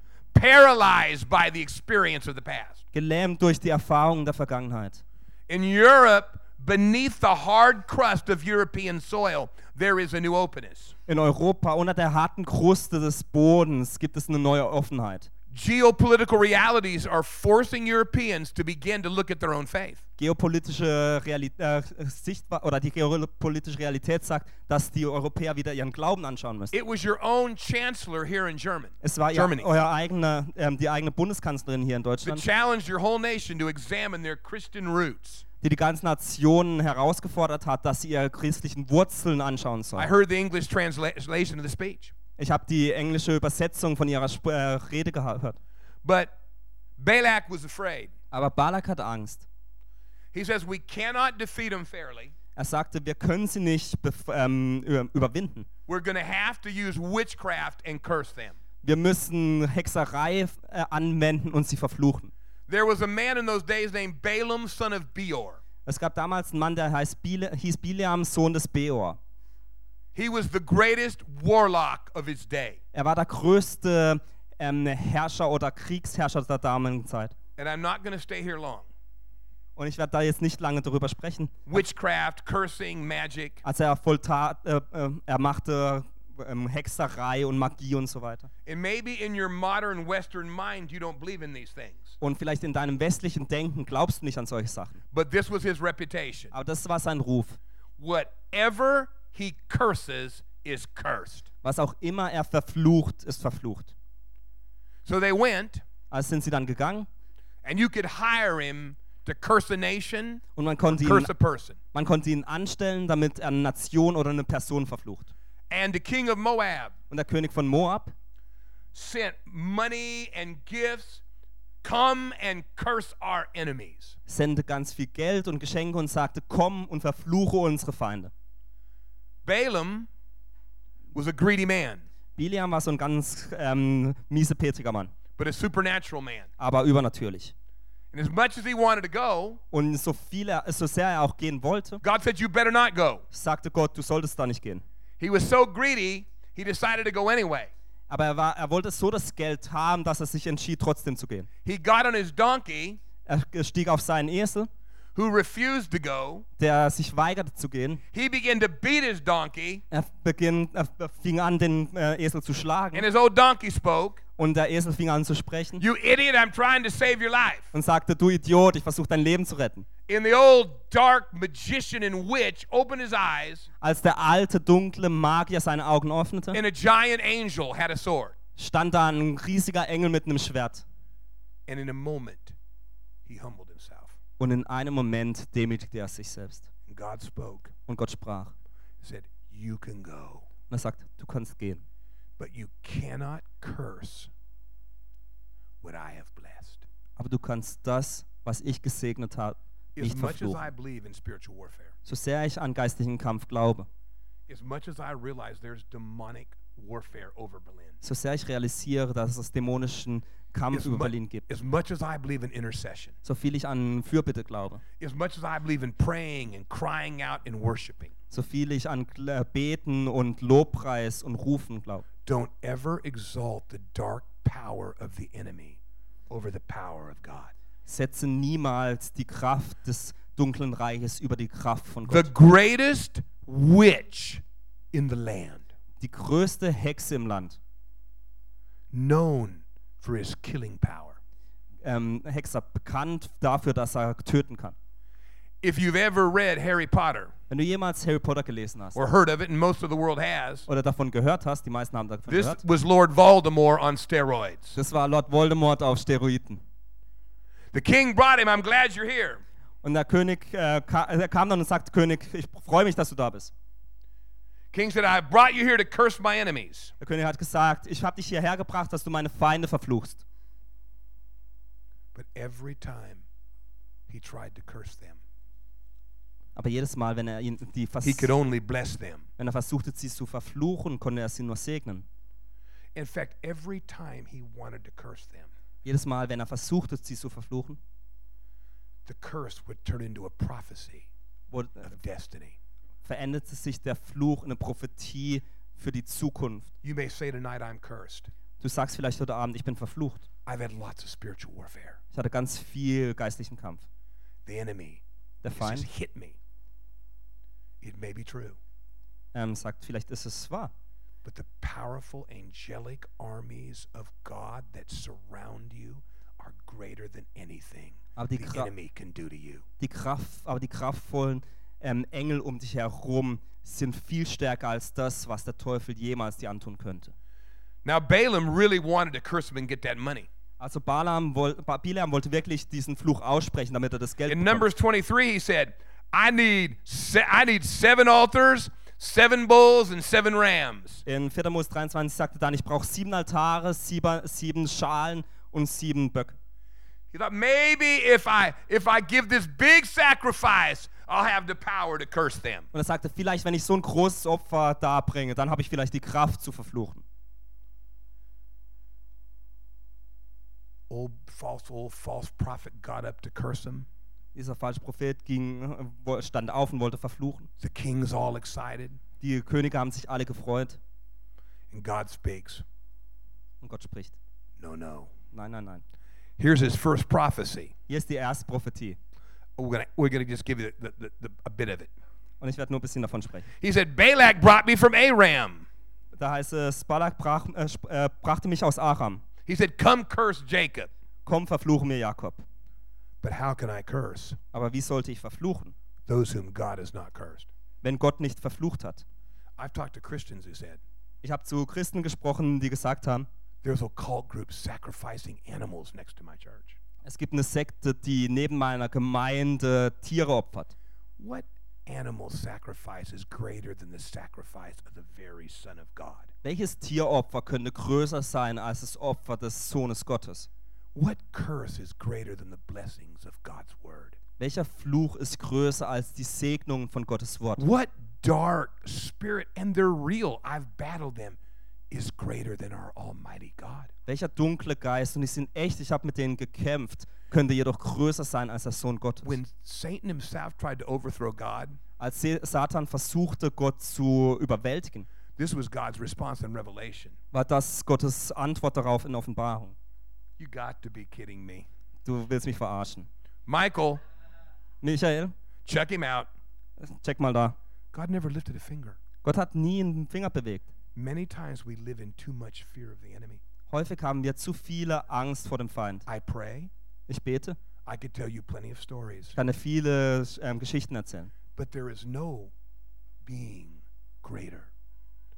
Speaker 3: paralyzed by the experience of the past.
Speaker 2: gelähmt durch die Erfahrungen der Vergangenheit.
Speaker 3: In Europe, beneath the hard crust of European soil, there is a new openness.
Speaker 2: In Europa, unter der harten Kruste des Bodens, gibt es eine neue Offenheit.
Speaker 3: Geopolitical realities are forcing Europeans to begin to look at their own faith.
Speaker 2: Geopolitische Realität, äh, Sichtbar oder die geopolitische Realität sagt, dass die Europäer wieder ihren Glauben anschauen müssen.
Speaker 3: It was your own chancellor here in German,
Speaker 2: Es war ja
Speaker 3: Germany
Speaker 2: euer eigener, ähm, die eigene Bundeskanzlerin hier in
Speaker 3: that
Speaker 2: Deutschland,
Speaker 3: challenged your whole nation to examine their Christian roots.
Speaker 2: die die ganzen Nationen herausgefordert hat, dass sie ihre christlichen Wurzeln anschauen
Speaker 3: I
Speaker 2: sollen.
Speaker 3: heard the English translation of the speech.
Speaker 2: Ich habe die englische Übersetzung von ihrer Sp äh, Rede gehört.
Speaker 3: But Balak was afraid.
Speaker 2: Aber Balak hatte Angst.
Speaker 3: He says, We cannot defeat them fairly.
Speaker 2: Er sagte, wir können sie nicht bef- ähm, über- überwinden.
Speaker 3: We're going to have to use witchcraft and curse them.
Speaker 2: Wir müssen Hexerei äh, anwenden und sie verfluchen.
Speaker 3: There was a man in those days named Balaam, son of Beor.
Speaker 2: Es gab damals einen Mann, der heißt Bile hieß Bileam, Sohn des Beor.
Speaker 3: He was the greatest warlock of his day.
Speaker 2: Er war der größte ähm, Herrscher oder Kriegsherrscher der damaligen Zeit.
Speaker 3: And I'm not going to stay here long.
Speaker 2: Und ich werde da jetzt nicht lange darüber sprechen.
Speaker 3: Witchcraft, cursing, magic.
Speaker 2: Also er, volltat, äh, äh, er machte ähm, Hexerei und Magie und so weiter.
Speaker 3: And maybe in your modern Western mind, you don't believe in these things.
Speaker 2: Und vielleicht in deinem westlichen Denken glaubst du nicht an solche Sachen.
Speaker 3: But this was his reputation.
Speaker 2: Aber das war sein Ruf.
Speaker 3: whatever he curses is cursed.
Speaker 2: Was auch immer er verflucht, ist verflucht.
Speaker 3: So they went,
Speaker 2: Also sind sie dann gegangen
Speaker 3: and you could hire him to curse a nation,
Speaker 2: und man konnte ihn,
Speaker 3: curse a person.
Speaker 2: man konnte ihn anstellen, damit er eine Nation oder eine Person verflucht.
Speaker 3: And the king of Moab
Speaker 2: Und der König von Moab
Speaker 3: sent money and gifts come and curse our enemies.
Speaker 2: sendete ganz viel Geld und Geschenke und sagte, komm und verfluche unsere Feinde.
Speaker 3: Balaam was a greedy man,
Speaker 2: Biliam war so ein ganz ähm, miesepetriger Mann,
Speaker 3: but a supernatural man.
Speaker 2: aber übernatürlich.
Speaker 3: And as much as he wanted to go,
Speaker 2: Und so, viel er, so sehr er auch gehen wollte,
Speaker 3: God said, You better not go.
Speaker 2: sagte Gott, du solltest da nicht gehen.
Speaker 3: He was so greedy, he decided to go anyway.
Speaker 2: Aber er, war, er wollte so das Geld haben, dass er sich entschied, trotzdem zu gehen.
Speaker 3: He got on his donkey,
Speaker 2: Er stieg auf seinen Esel,
Speaker 3: who refused to go.
Speaker 2: der sich weigerte zu gehen.
Speaker 3: He began to beat his donkey,
Speaker 2: Er, beginn, er fing an, den äh, Esel zu
Speaker 3: and
Speaker 2: schlagen.
Speaker 3: his old donkey spoke,
Speaker 2: Und der Esel fing an zu sprechen
Speaker 3: You idiot, I'm trying to save your life.
Speaker 2: und sagte, du Idiot, ich versuche dein Leben zu retten.
Speaker 3: And the old dark magician and witch opened his eyes,
Speaker 2: Als der alte, dunkle Magier seine Augen öffnete,
Speaker 3: and a giant angel had a sword.
Speaker 2: stand da ein riesiger Engel mit einem Schwert.
Speaker 3: And in a moment, he humbled himself.
Speaker 2: Und in einem Moment demütigte er sich selbst.
Speaker 3: And God spoke,
Speaker 2: Und Gott sprach.
Speaker 3: said, You can go,
Speaker 2: Und er sagt, du kannst gehen.
Speaker 3: but you cannot curse what I have blessed.
Speaker 2: Aber du kannst das, was ich gesegnet habe,
Speaker 3: As
Speaker 2: nicht
Speaker 3: much as I
Speaker 2: verfluchen.
Speaker 3: believe in spiritual warfare,
Speaker 2: So sehr ich an geistlichen Kampf glaube,
Speaker 3: as much as I realize there's demonic warfare over Berlin,
Speaker 2: so sehr ich realisiere, dass es dämonischen Kampf
Speaker 3: as,
Speaker 2: über
Speaker 3: mu-
Speaker 2: Berlin gibt,
Speaker 3: as much as I believe in intercession,
Speaker 2: so viel ich an Fürbitte glaube,
Speaker 3: as much as I believe in praying and crying out and worshiping,
Speaker 2: so viel ich an Gl- äh, Beten und Lobpreis und Rufen glaube.
Speaker 3: don't ever exalt the dark power of the enemy over the power of God.
Speaker 2: Setze niemals die Kraft des dunklen Reiches über die Kraft von
Speaker 3: The
Speaker 2: Gott.
Speaker 3: greatest witch in the land,
Speaker 2: Die größte Hexe im Land,
Speaker 3: known for his killing power.
Speaker 2: ähm, Hexer, bekannt dafür, dass er töten kann.
Speaker 3: If you've ever read Harry Potter
Speaker 2: Wenn du jemals Harry Potter gelesen hast
Speaker 3: or heard of it, and most of the world has,
Speaker 2: oder davon gehört hast, die meisten haben davon
Speaker 3: this
Speaker 2: gehört,
Speaker 3: was Lord Voldemort on steroids.
Speaker 2: das war Lord Voldemort auf Steroiden.
Speaker 3: The king brought him. I'm glad you're here.
Speaker 2: Und der König äh, ka er kam dann und sagt, König, ich freue mich, dass du da bist.
Speaker 3: King said, I brought you here to curse my enemies.
Speaker 2: Der König hat gesagt, ich habe dich hierher gebracht, dass du meine Feinde verfluchst.
Speaker 3: But every time he tried to curse them,
Speaker 2: Aber jedes Mal, wenn er, ihn, die vers
Speaker 3: he could only bless them.
Speaker 2: wenn er versuchte, sie zu verfluchen, konnte er sie nur segnen.
Speaker 3: In fact, every time he wanted to curse them,
Speaker 2: Jedes Mal, wenn er versuchte, sie zu verfluchen,
Speaker 3: the curse would turn into a prophecy
Speaker 2: wurde,
Speaker 3: of destiny.
Speaker 2: veränderte sich der Fluch in eine Prophetie für die Zukunft.
Speaker 3: You may say tonight, I'm cursed.
Speaker 2: Du sagst vielleicht heute Abend, ich bin verflucht.
Speaker 3: I've had lots of spiritual warfare.
Speaker 2: Ich hatte ganz viel geistlichen Kampf.
Speaker 3: The enemy
Speaker 2: Der
Speaker 3: has just
Speaker 2: Feind
Speaker 3: hit me. It may be true,
Speaker 2: ähm, sagt, vielleicht ist es wahr.
Speaker 3: but the powerful angelic armies of God that surround you are greater than anything
Speaker 2: Aber die,
Speaker 3: the
Speaker 2: Kra
Speaker 3: enemy can do to you.
Speaker 2: die Kraft, aber die kraftvollen ähm, Engel um dich herum sind viel stärker als das, was der Teufel jemals dir antun könnte.
Speaker 3: Now, Balaam really wanted to curse him and get that money.
Speaker 2: Also Balaam, woll Ba- Bileam wollte wirklich diesen Fluch aussprechen, damit er das Geld
Speaker 3: In
Speaker 2: bekommt.
Speaker 3: Numbers 23, he said, I need, se- I need seven altars, seven bulls, and seven rams.
Speaker 2: In 4. Mose 23 sagte dann, ich brauche sieben Altare, sieben, sieben Schalen und sieben Böcke.
Speaker 3: He thought, maybe if I, if I give this big sacrifice, I'll have the power to curse them.
Speaker 2: Und er sagte, vielleicht, wenn ich so ein großes Opfer darbringe, dann habe ich vielleicht die Kraft zu verfluchen.
Speaker 3: Old false, old false prophet got up to curse him.
Speaker 2: Dieser falsche Prophet ging, wo- stand auf und wollte verfluchen.
Speaker 3: The king's all excited,
Speaker 2: Die Könige haben sich alle gefreut
Speaker 3: and God speaks,
Speaker 2: und Gott spricht.
Speaker 3: No, no.
Speaker 2: Nein, nein, nein.
Speaker 3: Here's his first prophecy.
Speaker 2: Hier ist die erste Prophetie
Speaker 3: We're going to we're gonna just give you the, the, the, a bit of it.
Speaker 2: und ich werde nur ein bisschen davon sprechen.
Speaker 3: He said, Balak brought me from Aram.
Speaker 2: Da heißt es, Balak brach, äh, sp- äh, brachte mich aus Aram.
Speaker 3: He said, Come curse Jacob.
Speaker 2: Komm, verfluche mir Jakob.
Speaker 3: But how can I curse
Speaker 2: Aber wie sollte ich verfluchen,
Speaker 3: those whom God has not cursed?
Speaker 2: wenn Gott nicht verflucht hat.
Speaker 3: I've talked to Christians who said,
Speaker 2: Ich habe zu Christen gesprochen, die gesagt haben,
Speaker 3: there's a cult group sacrificing animals next to my church.
Speaker 2: es gibt eine Sekte, die neben meiner Gemeinde Tiere opfert.
Speaker 3: What animal sacrifice is greater than the sacrifice of the very Son of God?
Speaker 2: Welches Tieropfer könnte größer sein als das Opfer des Sohnes Gottes?
Speaker 3: What curse is greater than the blessings of God's word?
Speaker 2: Welcher Fluch ist größer als die Segnungen von Gottes Wort?
Speaker 3: What dark spirit, and they're real, I've battled them, is greater than our Almighty God?
Speaker 2: Welcher dunkle Geist, und die sind echt, ich habe mit denen gekämpft, könnte jedoch größer sein als der Sohn Gottes.
Speaker 3: When Satan himself tried to overthrow God,
Speaker 2: Als Se- Satan versuchte, Gott zu überwältigen,
Speaker 3: this was God's response in Revelation.
Speaker 2: war das Gottes Antwort darauf in Offenbarung.
Speaker 3: You got to be kidding me.
Speaker 2: Du willst mich verarschen.
Speaker 3: Michael,
Speaker 2: Michael,
Speaker 3: check him out.
Speaker 2: check mal da.
Speaker 3: God never lifted a finger.
Speaker 2: Gott hat nie einen Finger bewegt.
Speaker 3: Many times we live in too much fear of the enemy.
Speaker 2: Häufig haben wir zu viele Angst vor dem Feind.
Speaker 3: I pray.
Speaker 2: Ich bete,
Speaker 3: I could tell you plenty of stories.
Speaker 2: ich kann dir viele ähm, Geschichten erzählen.
Speaker 3: But there is no being greater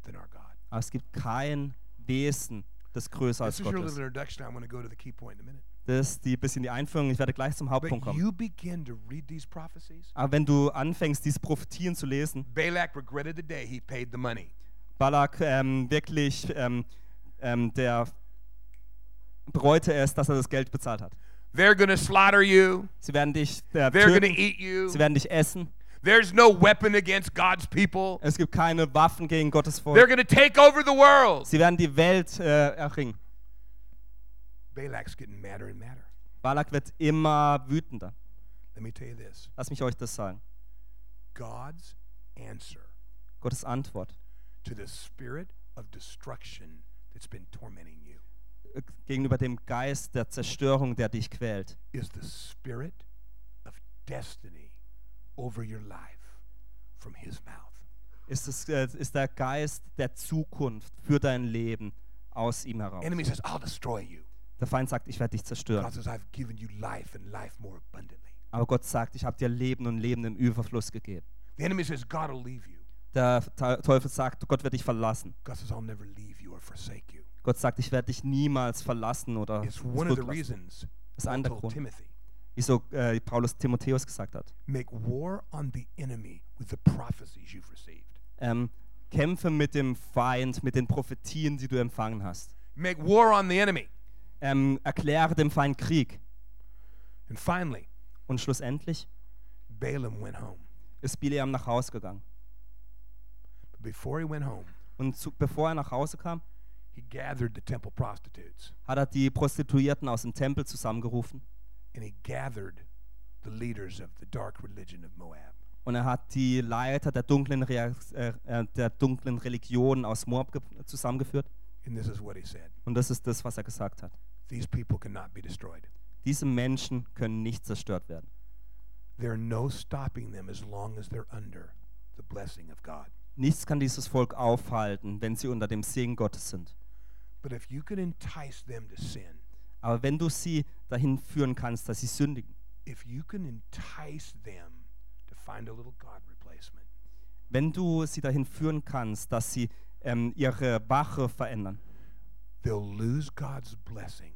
Speaker 3: than our God.
Speaker 2: Aber es gibt kein Wesen, das größer
Speaker 3: This
Speaker 2: als
Speaker 3: is your
Speaker 2: Gott
Speaker 3: little
Speaker 2: ist.
Speaker 3: introduction. I want to go to the key point in a minute.
Speaker 2: Das ist die bisschen die Einführung. Ich werde gleich zum Hauptpunkt
Speaker 3: But
Speaker 2: kommen.
Speaker 3: you begin to read these prophecies.
Speaker 2: Aber wenn du anfängst, diese Prophetien zu lesen,
Speaker 3: Balak regretted the day he paid the money.
Speaker 2: Balak ähm, wirklich, ähm, ähm, der bereute es, dass er das Geld bezahlt hat.
Speaker 3: They're going to slaughter you.
Speaker 2: Sie werden dich äh,
Speaker 3: They're going to
Speaker 2: töten,
Speaker 3: eat you.
Speaker 2: sie werden dich essen.
Speaker 3: There's no weapon against God's people.
Speaker 2: Es gibt keine Waffen gegen Gottes
Speaker 3: They're
Speaker 2: Volk.
Speaker 3: going to take over the world.
Speaker 2: Sie werden die Welt äh, erringen.
Speaker 3: Balak's getting madder and madder.
Speaker 2: Balak wird immer wütender.
Speaker 3: Let me tell you this
Speaker 2: Lass mich euch das sagen.
Speaker 3: God's answer
Speaker 2: Gottes Antwort
Speaker 3: to the spirit of destruction that's been tormenting you
Speaker 2: äh, gegenüber dem Geist der Zerstörung, der dich quält,
Speaker 3: is the spirit of destiny over your life from his mouth.
Speaker 2: ist, es, äh, ist der Geist der Zukunft für dein Leben aus ihm heraus.
Speaker 3: Enemy says, I'll destroy you.
Speaker 2: Der Feind sagt, ich werde dich zerstören.
Speaker 3: God says, I've given you life and life more abundantly.
Speaker 2: Aber Gott sagt, ich habe dir Leben und Leben im Überfluss gegeben.
Speaker 3: The enemy says, God will leave you.
Speaker 2: Der Te- Teufel sagt, Gott wird dich verlassen.
Speaker 3: God says, I'll never leave you or forsake you.
Speaker 2: Gott sagt, ich werde dich niemals verlassen oder
Speaker 3: It's one of the
Speaker 2: zurücklassen.
Speaker 3: reasons
Speaker 2: That's
Speaker 3: Paul
Speaker 2: another
Speaker 3: told
Speaker 2: one.
Speaker 3: Timothy,
Speaker 2: wieso äh, Paulus Timotheus gesagt hat.
Speaker 3: make war on the enemy with the prophecies you've received.
Speaker 2: Ähm, kämpfe mit dem Feind, mit den Prophetien, die du empfangen hast.
Speaker 3: Make war on the enemy.
Speaker 2: Ähm, erkläre dem Feind Krieg.
Speaker 3: And finally,
Speaker 2: Und schlussendlich
Speaker 3: Balaam went home.
Speaker 2: ist Bileam nach Hause gegangen.
Speaker 3: But before he went home,
Speaker 2: Und zu, bevor er nach Hause kam,
Speaker 3: he gathered the temple prostitutes
Speaker 2: hat er die Prostituierten aus dem Tempel zusammengerufen
Speaker 3: and he gathered the leaders of the dark religion of Moab.
Speaker 2: und er hat die Leiter der dunklen, Rea äh, äh, der dunklen Religion aus Moab ge- zusammengeführt.
Speaker 3: And this is what he said
Speaker 2: Und das ist das, was er gesagt hat.
Speaker 3: These people cannot be destroyed.
Speaker 2: Diese Menschen können nicht zerstört werden.
Speaker 3: There are no stopping them as long as they're under the blessing of God.
Speaker 2: Nichts kann dieses Volk aufhalten, wenn sie unter dem Segen Gottes sind.
Speaker 3: But if you can entice them to sin,
Speaker 2: Aber wenn du sie dahin führen kannst, dass sie sündigen,
Speaker 3: if you can entice them to find a little God replacement,
Speaker 2: wenn du sie dahin führen kannst, dass sie ähm, ihre Wache verändern,
Speaker 3: they'll lose God's blessing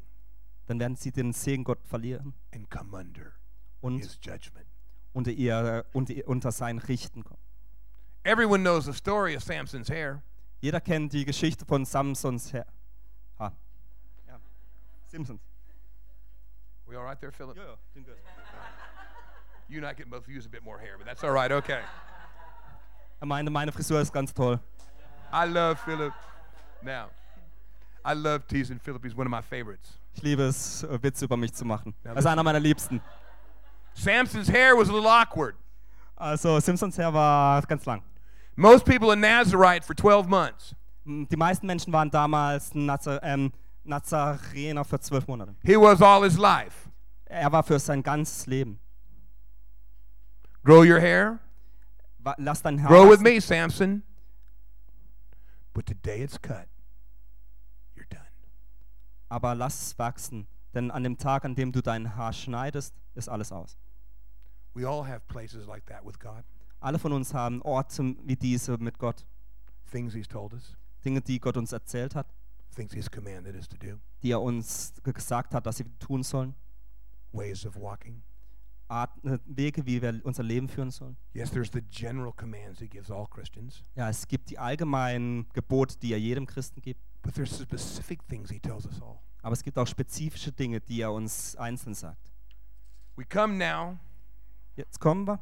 Speaker 2: dann werden sie den Segen Gott verlieren
Speaker 3: and come under
Speaker 2: und
Speaker 3: his judgment.
Speaker 2: unter, ihr, unter, unter sein Richten kommen.
Speaker 3: Everyone knows the story of Samson's hair.
Speaker 2: Jeder kennt die Geschichte von Samsons Herr. Ha. Ja. Simpsons.
Speaker 3: We all right there, Philip?
Speaker 2: ja, klingt gut.
Speaker 3: You and I can both use a bit more hair, but that's all right. Okay.
Speaker 2: Er meinte, meine Frisur ist ganz toll.
Speaker 3: I love Philip. Now, I love teasing Philip. He's one of my favorites.
Speaker 2: Ich liebe es, äh, Witze über mich zu machen.
Speaker 3: Ja,
Speaker 2: Er ist einer meiner Liebsten.
Speaker 3: Samson's hair was a little awkward.
Speaker 2: Also Simpsons Herr war ganz lang.
Speaker 3: Most people are Nazarite for 12 months.
Speaker 2: M, Die meisten Menschen waren damals Naza ähm, Nazarener für zwölf Monate.
Speaker 3: He was all his life.
Speaker 2: Er war für sein ganzes Leben.
Speaker 3: Grow your hair.
Speaker 2: Wa- Lass dein Haar
Speaker 3: Grow with
Speaker 2: wachsen.
Speaker 3: me, Samson. But the day it's cut, you're done.
Speaker 2: aber lass es wachsen. Denn an dem Tag, an dem du dein Haar schneidest, ist alles aus.
Speaker 3: We all have places like that with God.
Speaker 2: Alle von uns haben Orte wie diese mit Gott.
Speaker 3: things he's told us,
Speaker 2: Dinge, die Gott uns erzählt hat,
Speaker 3: things he's commanded us to do,
Speaker 2: die er uns ge- gesagt hat, dass wir tun sollen.
Speaker 3: ways of walking.
Speaker 2: Art, äh, Wege, wie wir unser Leben führen sollen.
Speaker 3: Yes, there's the general commands he gives all Christians,
Speaker 2: Ja, es gibt die allgemeinen Gebote, die er jedem Christen gibt.
Speaker 3: but there's specific things he tells us all.
Speaker 2: Aber es gibt auch spezifische Dinge, die er uns einzeln sagt.
Speaker 3: We come now,
Speaker 2: Jetzt kommen wir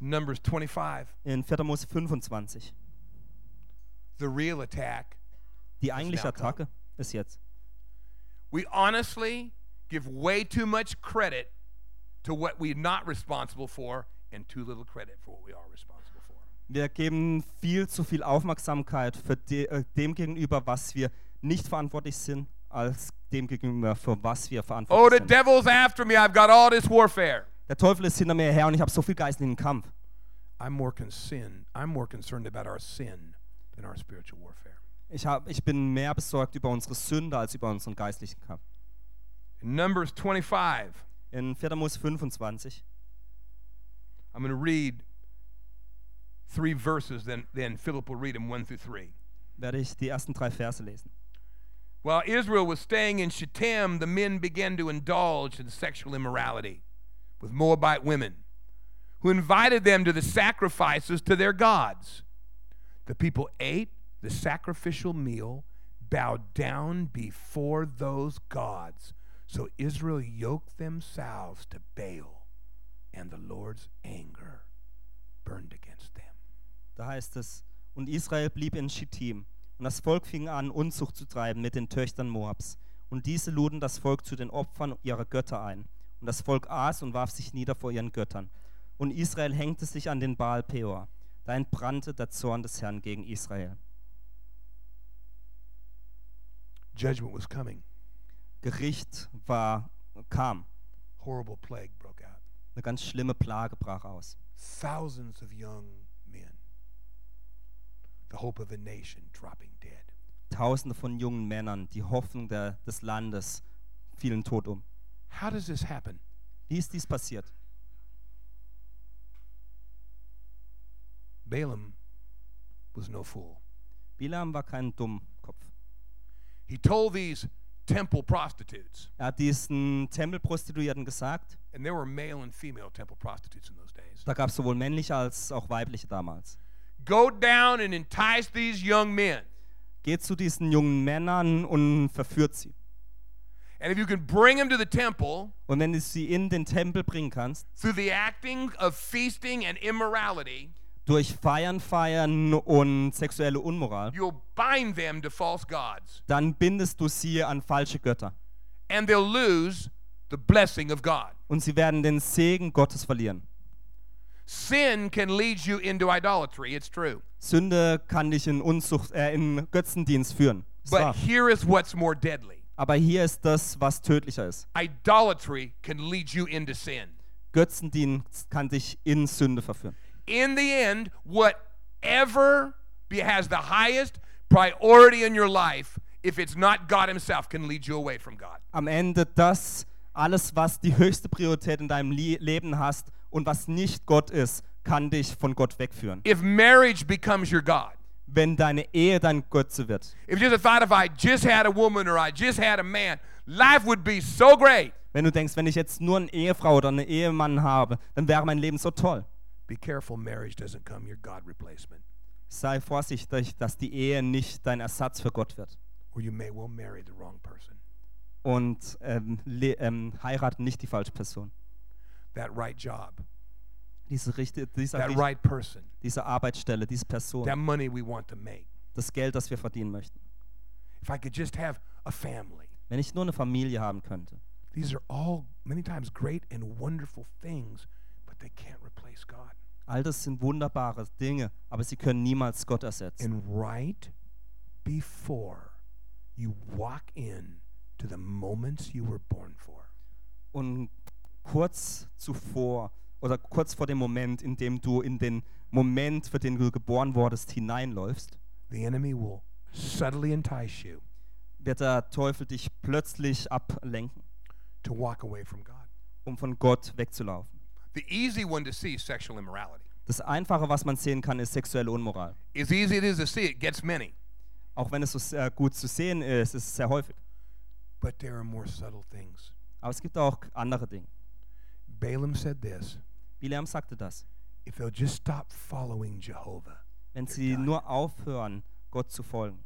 Speaker 3: Numbers 25,
Speaker 2: in 4. Mose 25.
Speaker 3: the real attack.
Speaker 2: Die eigentliche
Speaker 3: now come.
Speaker 2: Attacke ist jetzt.
Speaker 3: We honestly give way too much credit to what we're not responsible for and too little credit for what we are responsible for.
Speaker 2: Wir geben viel zu viel Aufmerksamkeit für de, äh, dem gegenüber, was wir nicht verantwortlich sind, als dem gegenüber, für was wir
Speaker 3: Oh,
Speaker 2: verantwortlich
Speaker 3: the
Speaker 2: sind.
Speaker 3: devil's after me. I've got all this warfare.
Speaker 2: Der Teufel ist hinter mir her und ich habe so viel geistlichen Kampf.
Speaker 3: I'm more concerned. I'm more concerned about our sin than our spiritual warfare.
Speaker 2: Ich, hab, ich bin mehr besorgt über unsere Sünde als über unseren geistlichen Kampf.
Speaker 3: Numbers 25.
Speaker 2: In 4. Mose 25.
Speaker 3: I'm going to read three verses, then, then Philip will read them one through three.
Speaker 2: werde ich die ersten drei Verse lesen.
Speaker 3: While Israel was staying in Shittim, the men began to indulge in sexual immorality with Moabite women, who invited them to the sacrifices to their gods. The people ate the sacrificial meal, bowed down before those gods. So Israel yoked themselves to Baal, and the Lord's anger burned against them.
Speaker 2: Da heißt es, und Israel blieb in Schittim. Und das Volk fing an, Unzucht zu treiben mit den Töchtern Moabs. Und diese luden das Volk zu den Opfern ihrer Götter ein. Und das Volk aß und warf sich nieder vor ihren Göttern. Und Israel hängte sich an den Baal Peor. Da entbrannte der Zorn des Herrn gegen Israel.
Speaker 3: Judgment was coming,
Speaker 2: Gericht war, kam.
Speaker 3: horrible plague broke out.
Speaker 2: Eine ganz schlimme Plage brach aus.
Speaker 3: thousands of young men, the hope of a nation dropping dead.
Speaker 2: Tausende von jungen Männern, die Hoffnung der, des Landes, fielen tot um.
Speaker 3: How does this happen?
Speaker 2: Wie ist dies passiert?
Speaker 3: Balaam was no fool.
Speaker 2: Bilam war kein Dummkopf.
Speaker 3: He told these temple prostitutes,
Speaker 2: Er hat diesen Tempelprostituierten gesagt,
Speaker 3: and there were male and female temple prostitutes in those days,
Speaker 2: da gab es sowohl männliche als auch weibliche damals.
Speaker 3: go down and entice these young men.
Speaker 2: Geht zu diesen jungen Männern und verführt sie.
Speaker 3: And if you can bring them to the temple
Speaker 2: Und wenn du sie in den Tempel bringen kannst,
Speaker 3: through the acting of feasting and immorality,
Speaker 2: durch Feiern, Feiern und sexuelle Unmoral,
Speaker 3: you'll bind them to false gods,
Speaker 2: dann bindest du sie an falsche Götter.
Speaker 3: and they'll lose the blessing of God.
Speaker 2: Und sie werden den Segen Gottes verlieren.
Speaker 3: Sin can lead you into idolatry, it's true.
Speaker 2: Sünde kann dich in Unzucht, äh, in Götzendienst führen. Ist wahr.
Speaker 3: But here is what's more deadly
Speaker 2: Aber hier ist das, was tödlicher ist.
Speaker 3: idolatry can lead you into sin.
Speaker 2: Götzendienst kann dich in Sünde verführen.
Speaker 3: In the end, whatever be- has the highest priority in your life, if it's not God Himself, can lead you away from God.
Speaker 2: am Ende das, alles, was die höchste Priorität in deinem Li- Leben hast und was nicht Gott ist, kann dich von Gott wegführen.
Speaker 3: If marriage becomes your God,
Speaker 2: Wenn deine Ehe dein Götze wird,
Speaker 3: if just the thought if I just had a woman or I just had a man, life would be so great.
Speaker 2: wenn du denkst, wenn ich jetzt nur eine Ehefrau oder einen Ehemann habe, dann wäre mein Leben so toll.
Speaker 3: Be careful, marriage doesn't come your God replacement,
Speaker 2: Sei vorsichtig, dass die Ehe nicht dein Ersatz für Gott wird.
Speaker 3: or you may well marry the wrong person.
Speaker 2: Und ähm, le- ähm, heiraten nicht die falsche Person.
Speaker 3: That right job,
Speaker 2: Diese Richte, dieser,
Speaker 3: that
Speaker 2: Richt-
Speaker 3: right person,
Speaker 2: diese Arbeitsstelle, diese Person,
Speaker 3: that money we want to make.
Speaker 2: das Geld, das wir verdienen möchten.
Speaker 3: if I could just have a family.
Speaker 2: Wenn ich nur eine Familie haben könnte.
Speaker 3: These are all many times great and wonderful things, but they can't replace God.
Speaker 2: All das sind wunderbare Dinge, aber sie können niemals Gott ersetzen.
Speaker 3: And right before you walk in to the moments you were born for,
Speaker 2: Und kurz zuvor oder kurz vor dem Moment, in dem du in den Moment, für den du geboren wurdest, hineinläufst,
Speaker 3: the enemy will subtly entice you
Speaker 2: wird der Teufel dich plötzlich ablenken,
Speaker 3: to walk away from God.
Speaker 2: um von Gott wegzulaufen.
Speaker 3: The easy one to see is sexual immorality.
Speaker 2: Das Einfache, was man sehen kann, ist sexuelle Unmoral.
Speaker 3: As easy it is to see, it gets many.
Speaker 2: Auch wenn es so sehr gut zu sehen ist, ist es sehr häufig.
Speaker 3: But there are more subtle things.
Speaker 2: Aber es gibt auch andere Dinge.
Speaker 3: Balaam said this
Speaker 2: Bileam sagte das.
Speaker 3: if they'll just stop following Jehovah,
Speaker 2: Wenn sie nur aufhören, Gott zu folgen,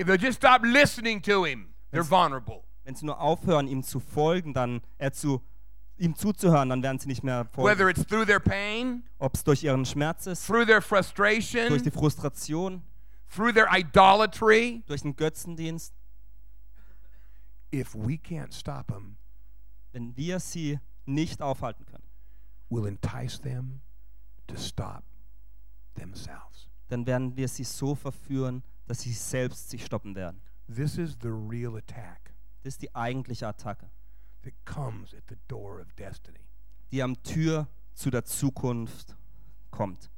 Speaker 3: if they'll just stop listening to him, they're
Speaker 2: Yes.
Speaker 3: vulnerable.
Speaker 2: wenn sie nur aufhören, ihm zu folgen, dann äh, zu ihm zuzuhören, dann werden sie nicht mehr folgen.
Speaker 3: Whether it's through their pain,
Speaker 2: Ob es durch ihren Schmerz ist,
Speaker 3: through their
Speaker 2: durch die
Speaker 3: frustration,
Speaker 2: Frustration,
Speaker 3: through their idolatry,
Speaker 2: durch den Götzendienst,
Speaker 3: if we can't stop them,
Speaker 2: wenn wir sie nicht aufhalten können,
Speaker 3: we'll entice them to stop themselves.
Speaker 2: dann werden wir sie so verführen, dass sie selbst sich stoppen werden.
Speaker 3: This is the real attack
Speaker 2: Das ist die eigentliche Attacke,
Speaker 3: that comes at the door of destiny.
Speaker 2: die am Tür zu der Zukunft kommt.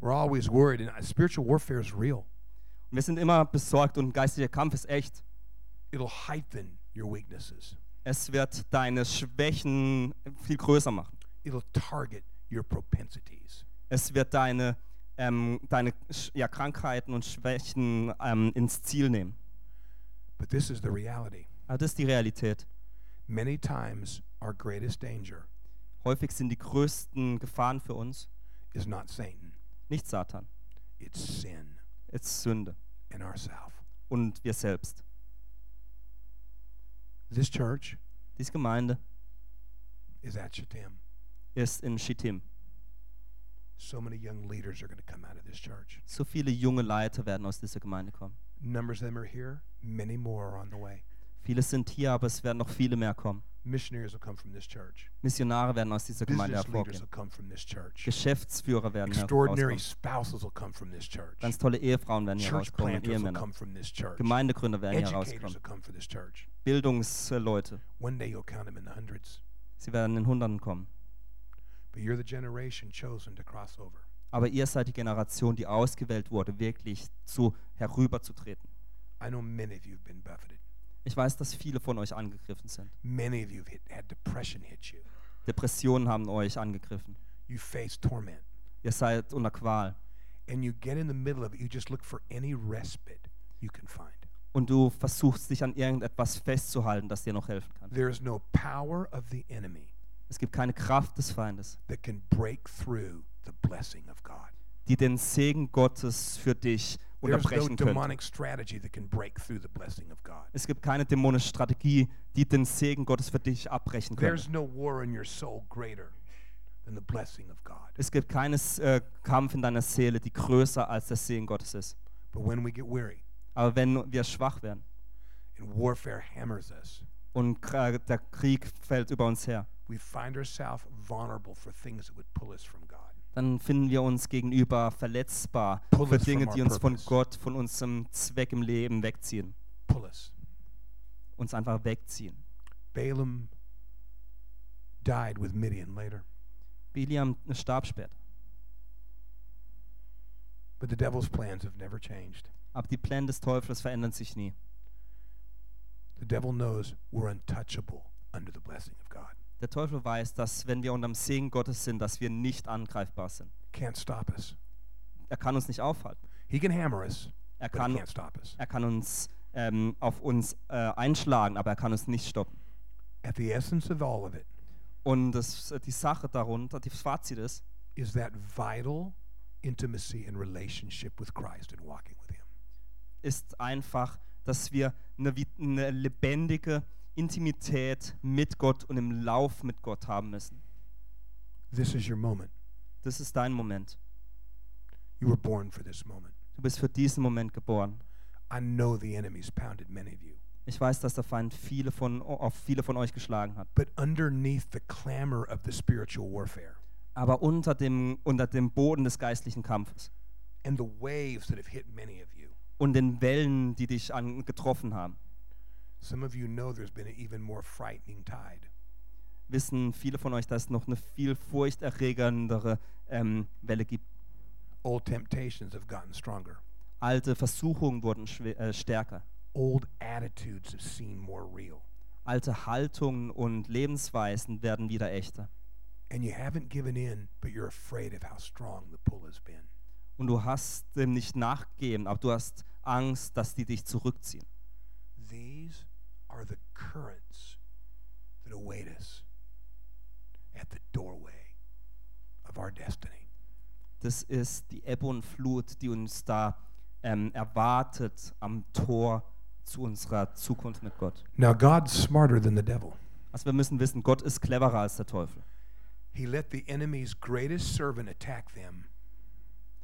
Speaker 3: We're always worried, and uh, spiritual warfare is real.
Speaker 2: Und wir sind immer besorgt und geistlicher Kampf ist echt.
Speaker 3: It'll heighten your weaknesses,
Speaker 2: Es wird deine Schwächen viel größer machen.
Speaker 3: it'll target your propensities.
Speaker 2: Es wird deine, ähm, deine Sch- ja, Krankheiten und Schwächen ähm, ins Ziel nehmen.
Speaker 3: But this is the reality.
Speaker 2: Aber das ist die Realität.
Speaker 3: Many times, our greatest danger
Speaker 2: Häufig sind die größten Gefahren für uns
Speaker 3: is not Satan,
Speaker 2: nicht Satan,
Speaker 3: it's sin
Speaker 2: es ist Sünde
Speaker 3: and ourself.
Speaker 2: und wir selbst.
Speaker 3: This church
Speaker 2: Diese Gemeinde
Speaker 3: is at Shatim.
Speaker 2: ist in Schittim.
Speaker 3: So many young leaders are going to come out of this church.
Speaker 2: So viele junge Leiter werden aus dieser Gemeinde kommen.
Speaker 3: Numbers of them are here. Many more are on the way.
Speaker 2: Viele sind hier, aber es werden noch viele mehr kommen.
Speaker 3: Missionaries will come from this church.
Speaker 2: Missionare werden aus dieser Gemeinde
Speaker 3: Business
Speaker 2: hervorgehen.
Speaker 3: leaders will come from this church.
Speaker 2: Geschäftsführer werden
Speaker 3: Extraordinary
Speaker 2: herauskommen.
Speaker 3: spouses will come from this church.
Speaker 2: Ganz tolle Ehefrauen werden hier
Speaker 3: Church
Speaker 2: herauskommen und
Speaker 3: planters will
Speaker 2: Ehemänner.
Speaker 3: come from this church.
Speaker 2: Gemeindegründer werden hier
Speaker 3: Educators
Speaker 2: herauskommen.
Speaker 3: will come from this church.
Speaker 2: Bildungsleute.
Speaker 3: One day you'll count them in the hundreds.
Speaker 2: Sie werden in Hunderten kommen.
Speaker 3: But you're the generation chosen to cross over.
Speaker 2: Aber ihr seid die Generation, die ausgewählt wurde, wirklich zu herüberzutreten.
Speaker 3: I know many of you have been buffeted.
Speaker 2: Ich weiß, dass viele von euch angegriffen sind.
Speaker 3: Many of you have hit, had depression hit you.
Speaker 2: Depressionen haben euch angegriffen.
Speaker 3: You face torment.
Speaker 2: Ihr seid unter Qual.
Speaker 3: And you get in the middle of it. You just look for any respite you can find.
Speaker 2: Und du versuchst dich an irgendetwas festzuhalten, das dir noch helfen kann.
Speaker 3: There is no power of the enemy
Speaker 2: Es gibt keine Kraft des Feindes,
Speaker 3: that can break through the blessing of God.
Speaker 2: die den Segen Gottes für dich
Speaker 3: There's no
Speaker 2: unterbrechen könnte.
Speaker 3: demonic strategy that can break through the blessing of God.
Speaker 2: Es gibt keine dämonische Strategie, die den Segen Gottes für dich abbrechen
Speaker 3: There's
Speaker 2: könnte.
Speaker 3: no war in your soul greater than the blessing of God.
Speaker 2: Es gibt keinen äh, Kampf in deiner Seele, die größer als der Segen Gottes ist.
Speaker 3: But when we get weary
Speaker 2: Aber wenn wir schwach werden
Speaker 3: and warfare hammers us,
Speaker 2: und Kra- der Krieg fällt über uns her,
Speaker 3: we find ourselves vulnerable for things that would pull us from God.
Speaker 2: dann finden wir uns gegenüber verletzbar
Speaker 3: Pull
Speaker 2: für
Speaker 3: us from
Speaker 2: Dinge,
Speaker 3: our
Speaker 2: die uns von
Speaker 3: purpose.
Speaker 2: Gott, von unserem Zweck im Leben wegziehen.
Speaker 3: Pull us.
Speaker 2: Uns einfach wegziehen.
Speaker 3: Balaam died with Midian later,
Speaker 2: Biliam starb später,
Speaker 3: but the devil's plans have never changed.
Speaker 2: aber die Pläne des Teufels verändern sich nie.
Speaker 3: The devil knows we're untouchable under the blessing of God.
Speaker 2: Der Teufel weiß, dass wenn wir unterm Segen Gottes sind, dass wir nicht angreifbar sind.
Speaker 3: Can't stop us.
Speaker 2: Er kann uns nicht aufhalten.
Speaker 3: He can hammer us,
Speaker 2: Er
Speaker 3: but he
Speaker 2: kann,
Speaker 3: can't stop us.
Speaker 2: er kann uns ähm, auf uns äh, einschlagen, aber er kann uns nicht stoppen.
Speaker 3: At the essence of all of it
Speaker 2: Und das, die Sache darunter, das Fazit ist,
Speaker 3: is that vital intimacy and relationship with Christ and walking with him.
Speaker 2: ist einfach, dass wir eine, vi- eine lebendige Intimität mit Gott und im Lauf mit Gott haben müssen.
Speaker 3: This is your moment.
Speaker 2: Das ist dein Moment.
Speaker 3: You were born for this moment.
Speaker 2: Du bist für diesen Moment geboren.
Speaker 3: I know the enemy's pounded many of you.
Speaker 2: Ich weiß, dass der Feind viele von, auf viele von euch geschlagen hat.
Speaker 3: But underneath the clamor of the spiritual warfare
Speaker 2: Aber unter dem, unter dem Boden des geistlichen Kampfes
Speaker 3: and the waves that have hit many of you,
Speaker 2: und den Wellen, die dich an, getroffen haben,
Speaker 3: some of you know there's been an even more frightening tide.
Speaker 2: wissen viele von euch, dass es noch eine viel furchterregendere ähm, Welle gibt.
Speaker 3: Old temptations have gotten stronger.
Speaker 2: Alte Versuchungen wurden schwe- äh, stärker.
Speaker 3: Old attitudes have seemed more real.
Speaker 2: Alte Haltungen und Lebensweisen werden wieder echter.
Speaker 3: and you haven't given in, but you're afraid of how strong the pull has been.
Speaker 2: Und du hast dem nicht nachgegeben, aber du hast Angst, dass die dich zurückziehen.
Speaker 3: These are the currents that await us at the doorway of our destiny.
Speaker 2: Das ist die Ebbe und Flut, die uns da ähm, erwartet am Tor zu unserer Zukunft mit Gott.
Speaker 3: Now, God's smarter than the devil.
Speaker 2: Also wir müssen wissen, Gott ist cleverer als der Teufel.
Speaker 3: He let the enemy's greatest servant attack them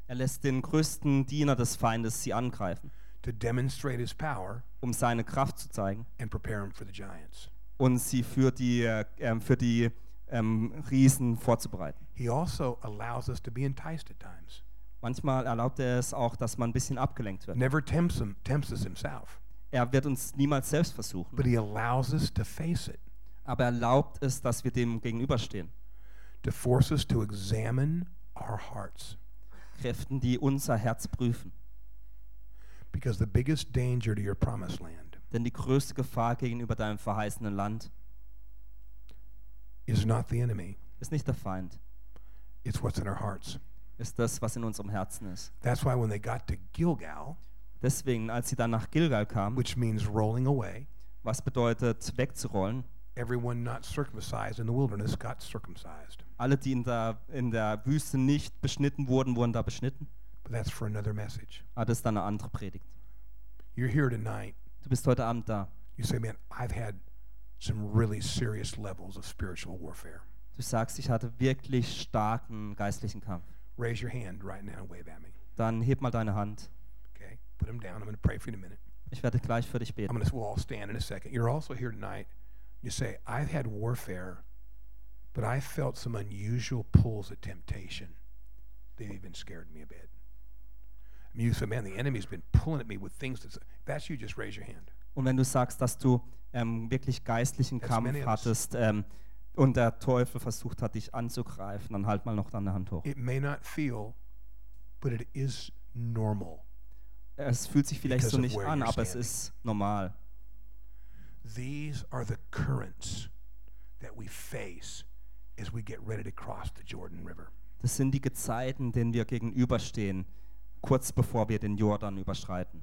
Speaker 2: Er lässt den größten Diener des Feindes sie angreifen,
Speaker 3: to demonstrate his power
Speaker 2: um seine Kraft zu zeigen
Speaker 3: and prepare him for the giants.
Speaker 2: und sie für die, äh, ähm, für die ähm, Riesen vorzubereiten.
Speaker 3: He also allows us to be enticed at times,
Speaker 2: Manchmal erlaubt er es auch, dass man ein bisschen abgelenkt wird.
Speaker 3: never tempts, him, tempts us himself,
Speaker 2: Er wird uns niemals selbst versuchen,
Speaker 3: but he allows us to face it,
Speaker 2: aber erlaubt es, dass wir dem gegenüberstehen.
Speaker 3: to force us to examine our hearts.
Speaker 2: Kräften, die unser Herz prüfen.
Speaker 3: Because the biggest danger to your promised land
Speaker 2: Denn die größte Gefahr gegenüber deinem verheißenen Land
Speaker 3: is not the enemy,
Speaker 2: ist nicht der Feind,
Speaker 3: it's what's in our hearts.
Speaker 2: ist das, was in unserem Herzen ist.
Speaker 3: That's why when they got to Gilgal,
Speaker 2: Deswegen, als sie dann nach Gilgal kamen,
Speaker 3: which means rolling away,
Speaker 2: was bedeutet wegzurollen,
Speaker 3: everyone not circumcised in the wilderness got circumcised.
Speaker 2: alle, die in der, in der Wüste nicht beschnitten wurden, wurden da beschnitten.
Speaker 3: But that's for another message.
Speaker 2: Aber das ist dann eine andere Predigt.
Speaker 3: You're here tonight.
Speaker 2: Du bist heute Abend da.
Speaker 3: You say, man, I've had some really serious levels of spiritual warfare.
Speaker 2: Du sagst, ich hatte wirklich starken geistlichen Kampf.
Speaker 3: Raise your hand right now and wave at me.
Speaker 2: Dann heb mal deine Hand.
Speaker 3: Okay? Put them down. I'm going to pray for you in a minute.
Speaker 2: Ich werde gleich für dich
Speaker 3: I'm
Speaker 2: beten.
Speaker 3: going to, we'll all stand in a second. You're also here tonight. You say, I've had warfare, but I felt some unusual pulls of temptation. They've even scared me a bit. I mean, you say, man, the enemy's been pulling at me with things that's, that's you, just raise your hand.
Speaker 2: Und wenn du sagst, dass du ähm, wirklich geistlichen
Speaker 3: That's
Speaker 2: Kampf
Speaker 3: many of us.
Speaker 2: hattest ähm, und der Teufel versucht hat, dich anzugreifen, dann halt mal noch deine Hand hoch.
Speaker 3: It may not feel, but it is normal.
Speaker 2: Es fühlt sich vielleicht
Speaker 3: Because
Speaker 2: so
Speaker 3: of
Speaker 2: nicht
Speaker 3: where
Speaker 2: an,
Speaker 3: you're
Speaker 2: aber es
Speaker 3: standing.
Speaker 2: ist normal.
Speaker 3: These are the currents that we face as we get ready to cross the Jordan River.
Speaker 2: Das sind die Gezeiten, denen wir gegenüberstehen, kurz bevor wir den Jordan überschreiten.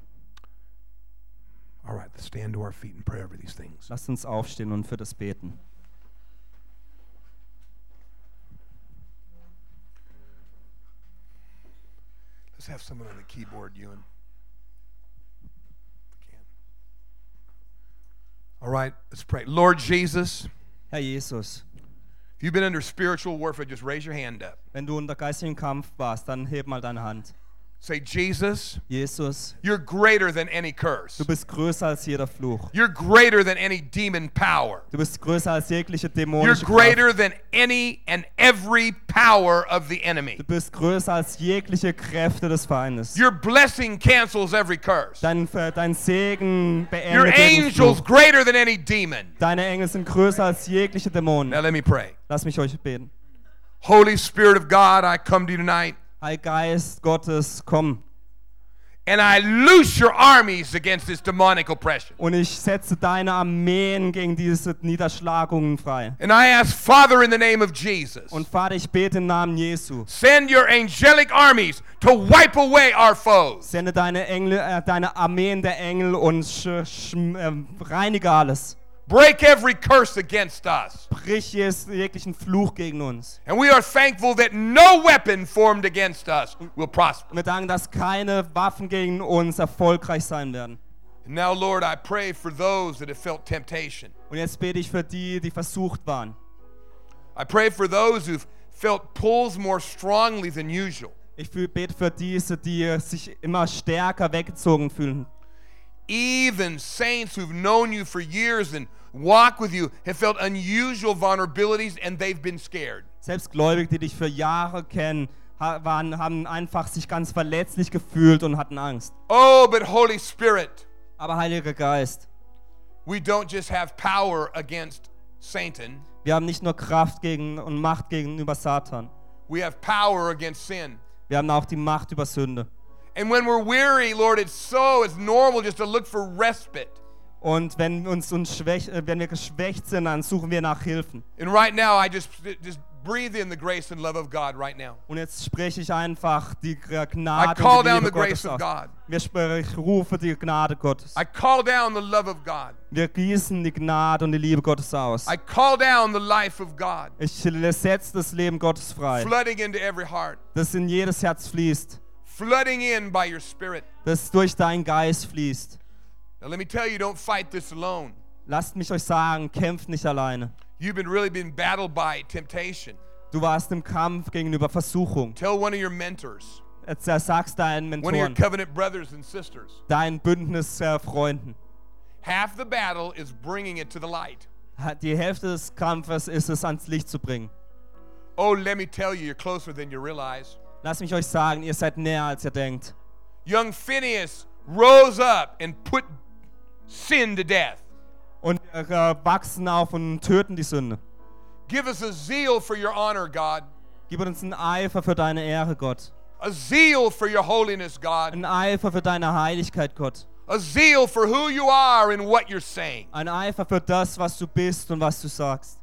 Speaker 3: All right, let's stand to our feet and pray over these things.
Speaker 2: Lasst uns aufstehen und für das beten.
Speaker 3: Let's have someone on the keyboard, Ewan. If we can. All right, let's pray. Lord Jesus,
Speaker 2: Herr Jesus,
Speaker 3: if you've been under spiritual warfare, just raise your hand up.
Speaker 2: wenn du unter geistlichen Kampf warst, dann heb mal deine Hand.
Speaker 3: Say, Jesus,
Speaker 2: Jesus,
Speaker 3: you're greater than any curse.
Speaker 2: du bist größer als jeder Fluch.
Speaker 3: You're greater than any demon power.
Speaker 2: Du bist größer als jegliche
Speaker 3: You're
Speaker 2: dämonische Kraft.
Speaker 3: greater than any and every power of the enemy.
Speaker 2: Du bist größer als jegliche Kräfte des Feindes.
Speaker 3: Your blessing cancels every curse.
Speaker 2: Dein, Ver- dein Segen
Speaker 3: Your
Speaker 2: beendet jeden
Speaker 3: angels
Speaker 2: Fluch.
Speaker 3: greater than any demon.
Speaker 2: Deine Engel sind größer als jegliche
Speaker 3: Now
Speaker 2: Dämonen.
Speaker 3: let me pray.
Speaker 2: Lass mich euch beten.
Speaker 3: Holy Spirit of God, I come to you tonight
Speaker 2: Heilgeist Gottes, komm.
Speaker 3: and I loose your armies against this demonic oppression.
Speaker 2: Und ich setze deine Armeen gegen diese Niederschlagungen frei.
Speaker 3: And I ask, Father, in the name of Jesus,
Speaker 2: Und Vater, ich bete im Namen Jesu.
Speaker 3: send your angelic armies to wipe away our foes.
Speaker 2: Sende deine, Engel, äh, deine Armeen der Engel und sch, sch, ähm, reinige alles.
Speaker 3: Break every curse against us.
Speaker 2: Brich jes- jeglichen Fluch gegen uns.
Speaker 3: And we are thankful that no weapon formed against us will prosper.
Speaker 2: Und wir danken, dass keine Waffen gegen uns erfolgreich sein werden.
Speaker 3: And now, Lord, I pray for those that have felt temptation.
Speaker 2: Und jetzt bete ich für die, die versucht waren.
Speaker 3: I pray for those who've felt pulls more strongly than usual.
Speaker 2: Ich fü- bete für diese, die sich immer stärker weggezogen fühlen.
Speaker 3: Even saints who've known you for years and walk with you have felt unusual vulnerabilities and they've been scared.
Speaker 2: Selbst Gläubige, die dich für Jahre kennen, ha- waren, haben einfach sich ganz verletzlich gefühlt und hatten Angst.
Speaker 3: Oh, but Holy Spirit,
Speaker 2: Aber Heiliger Geist,
Speaker 3: we don't just have power against Satan,
Speaker 2: wir haben nicht nur Kraft gegen und Macht gegenüber Satan.
Speaker 3: we have power against sin.
Speaker 2: Wir haben auch die Macht über Sünde.
Speaker 3: And when we're weary, Lord, it's so, it's normal just to look for respite.
Speaker 2: Und wenn, uns, uns schwäch, äh, wenn wir geschwächt sind, dann suchen wir nach Hilfen.
Speaker 3: And right now, I just, just breathe in the grace and love of God right now.
Speaker 2: Und jetzt spreche ich einfach die Gnade
Speaker 3: I
Speaker 2: und die
Speaker 3: call down
Speaker 2: Liebe
Speaker 3: the grace
Speaker 2: Gottes
Speaker 3: of
Speaker 2: aus.
Speaker 3: God.
Speaker 2: Wir sprechen, ich rufe die Gnade Gottes.
Speaker 3: I call down the love of God.
Speaker 2: Wir gießen die Gnade und die Liebe Gottes aus.
Speaker 3: I call down the life of God,
Speaker 2: Ich setze das Leben Gottes frei,
Speaker 3: flooding into every heart,
Speaker 2: das in jedes Herz fließt,
Speaker 3: flooding in by your spirit.
Speaker 2: das durch deinen Geist fließt.
Speaker 3: Now, let me tell you, don't fight this alone.
Speaker 2: Lasst mich euch sagen, kämpft nicht alleine.
Speaker 3: You've been really been battled by temptation.
Speaker 2: Du warst im Kampf gegenüber Versuchung.
Speaker 3: Tell one of your mentors,
Speaker 2: Jetzt sagst deinen
Speaker 3: one of your
Speaker 2: Mentoren, äh,
Speaker 3: covenant brothers and sisters.
Speaker 2: deinen Bündnisfreunden.
Speaker 3: Half the battle is bringing it to the light.
Speaker 2: Die Hälfte des Kampfes ist es, ans Licht zu bringen.
Speaker 3: Oh, let me tell you, you're closer than you realize.
Speaker 2: Lasst mich euch sagen, ihr seid näher, als ihr denkt.
Speaker 3: Young Phineas rose up and put sin to death.
Speaker 2: Und wir äh, wachsen auf und töten die Sünde.
Speaker 3: Give us a zeal for your honor, God,
Speaker 2: Gib uns einen Eifer für deine Ehre, Gott.
Speaker 3: a zeal for your holiness, God,
Speaker 2: Einen Eifer für deine Heiligkeit, Gott.
Speaker 3: a zeal for who you are and what you're saying.
Speaker 2: Ein Eifer für das, was du bist und was du sagst.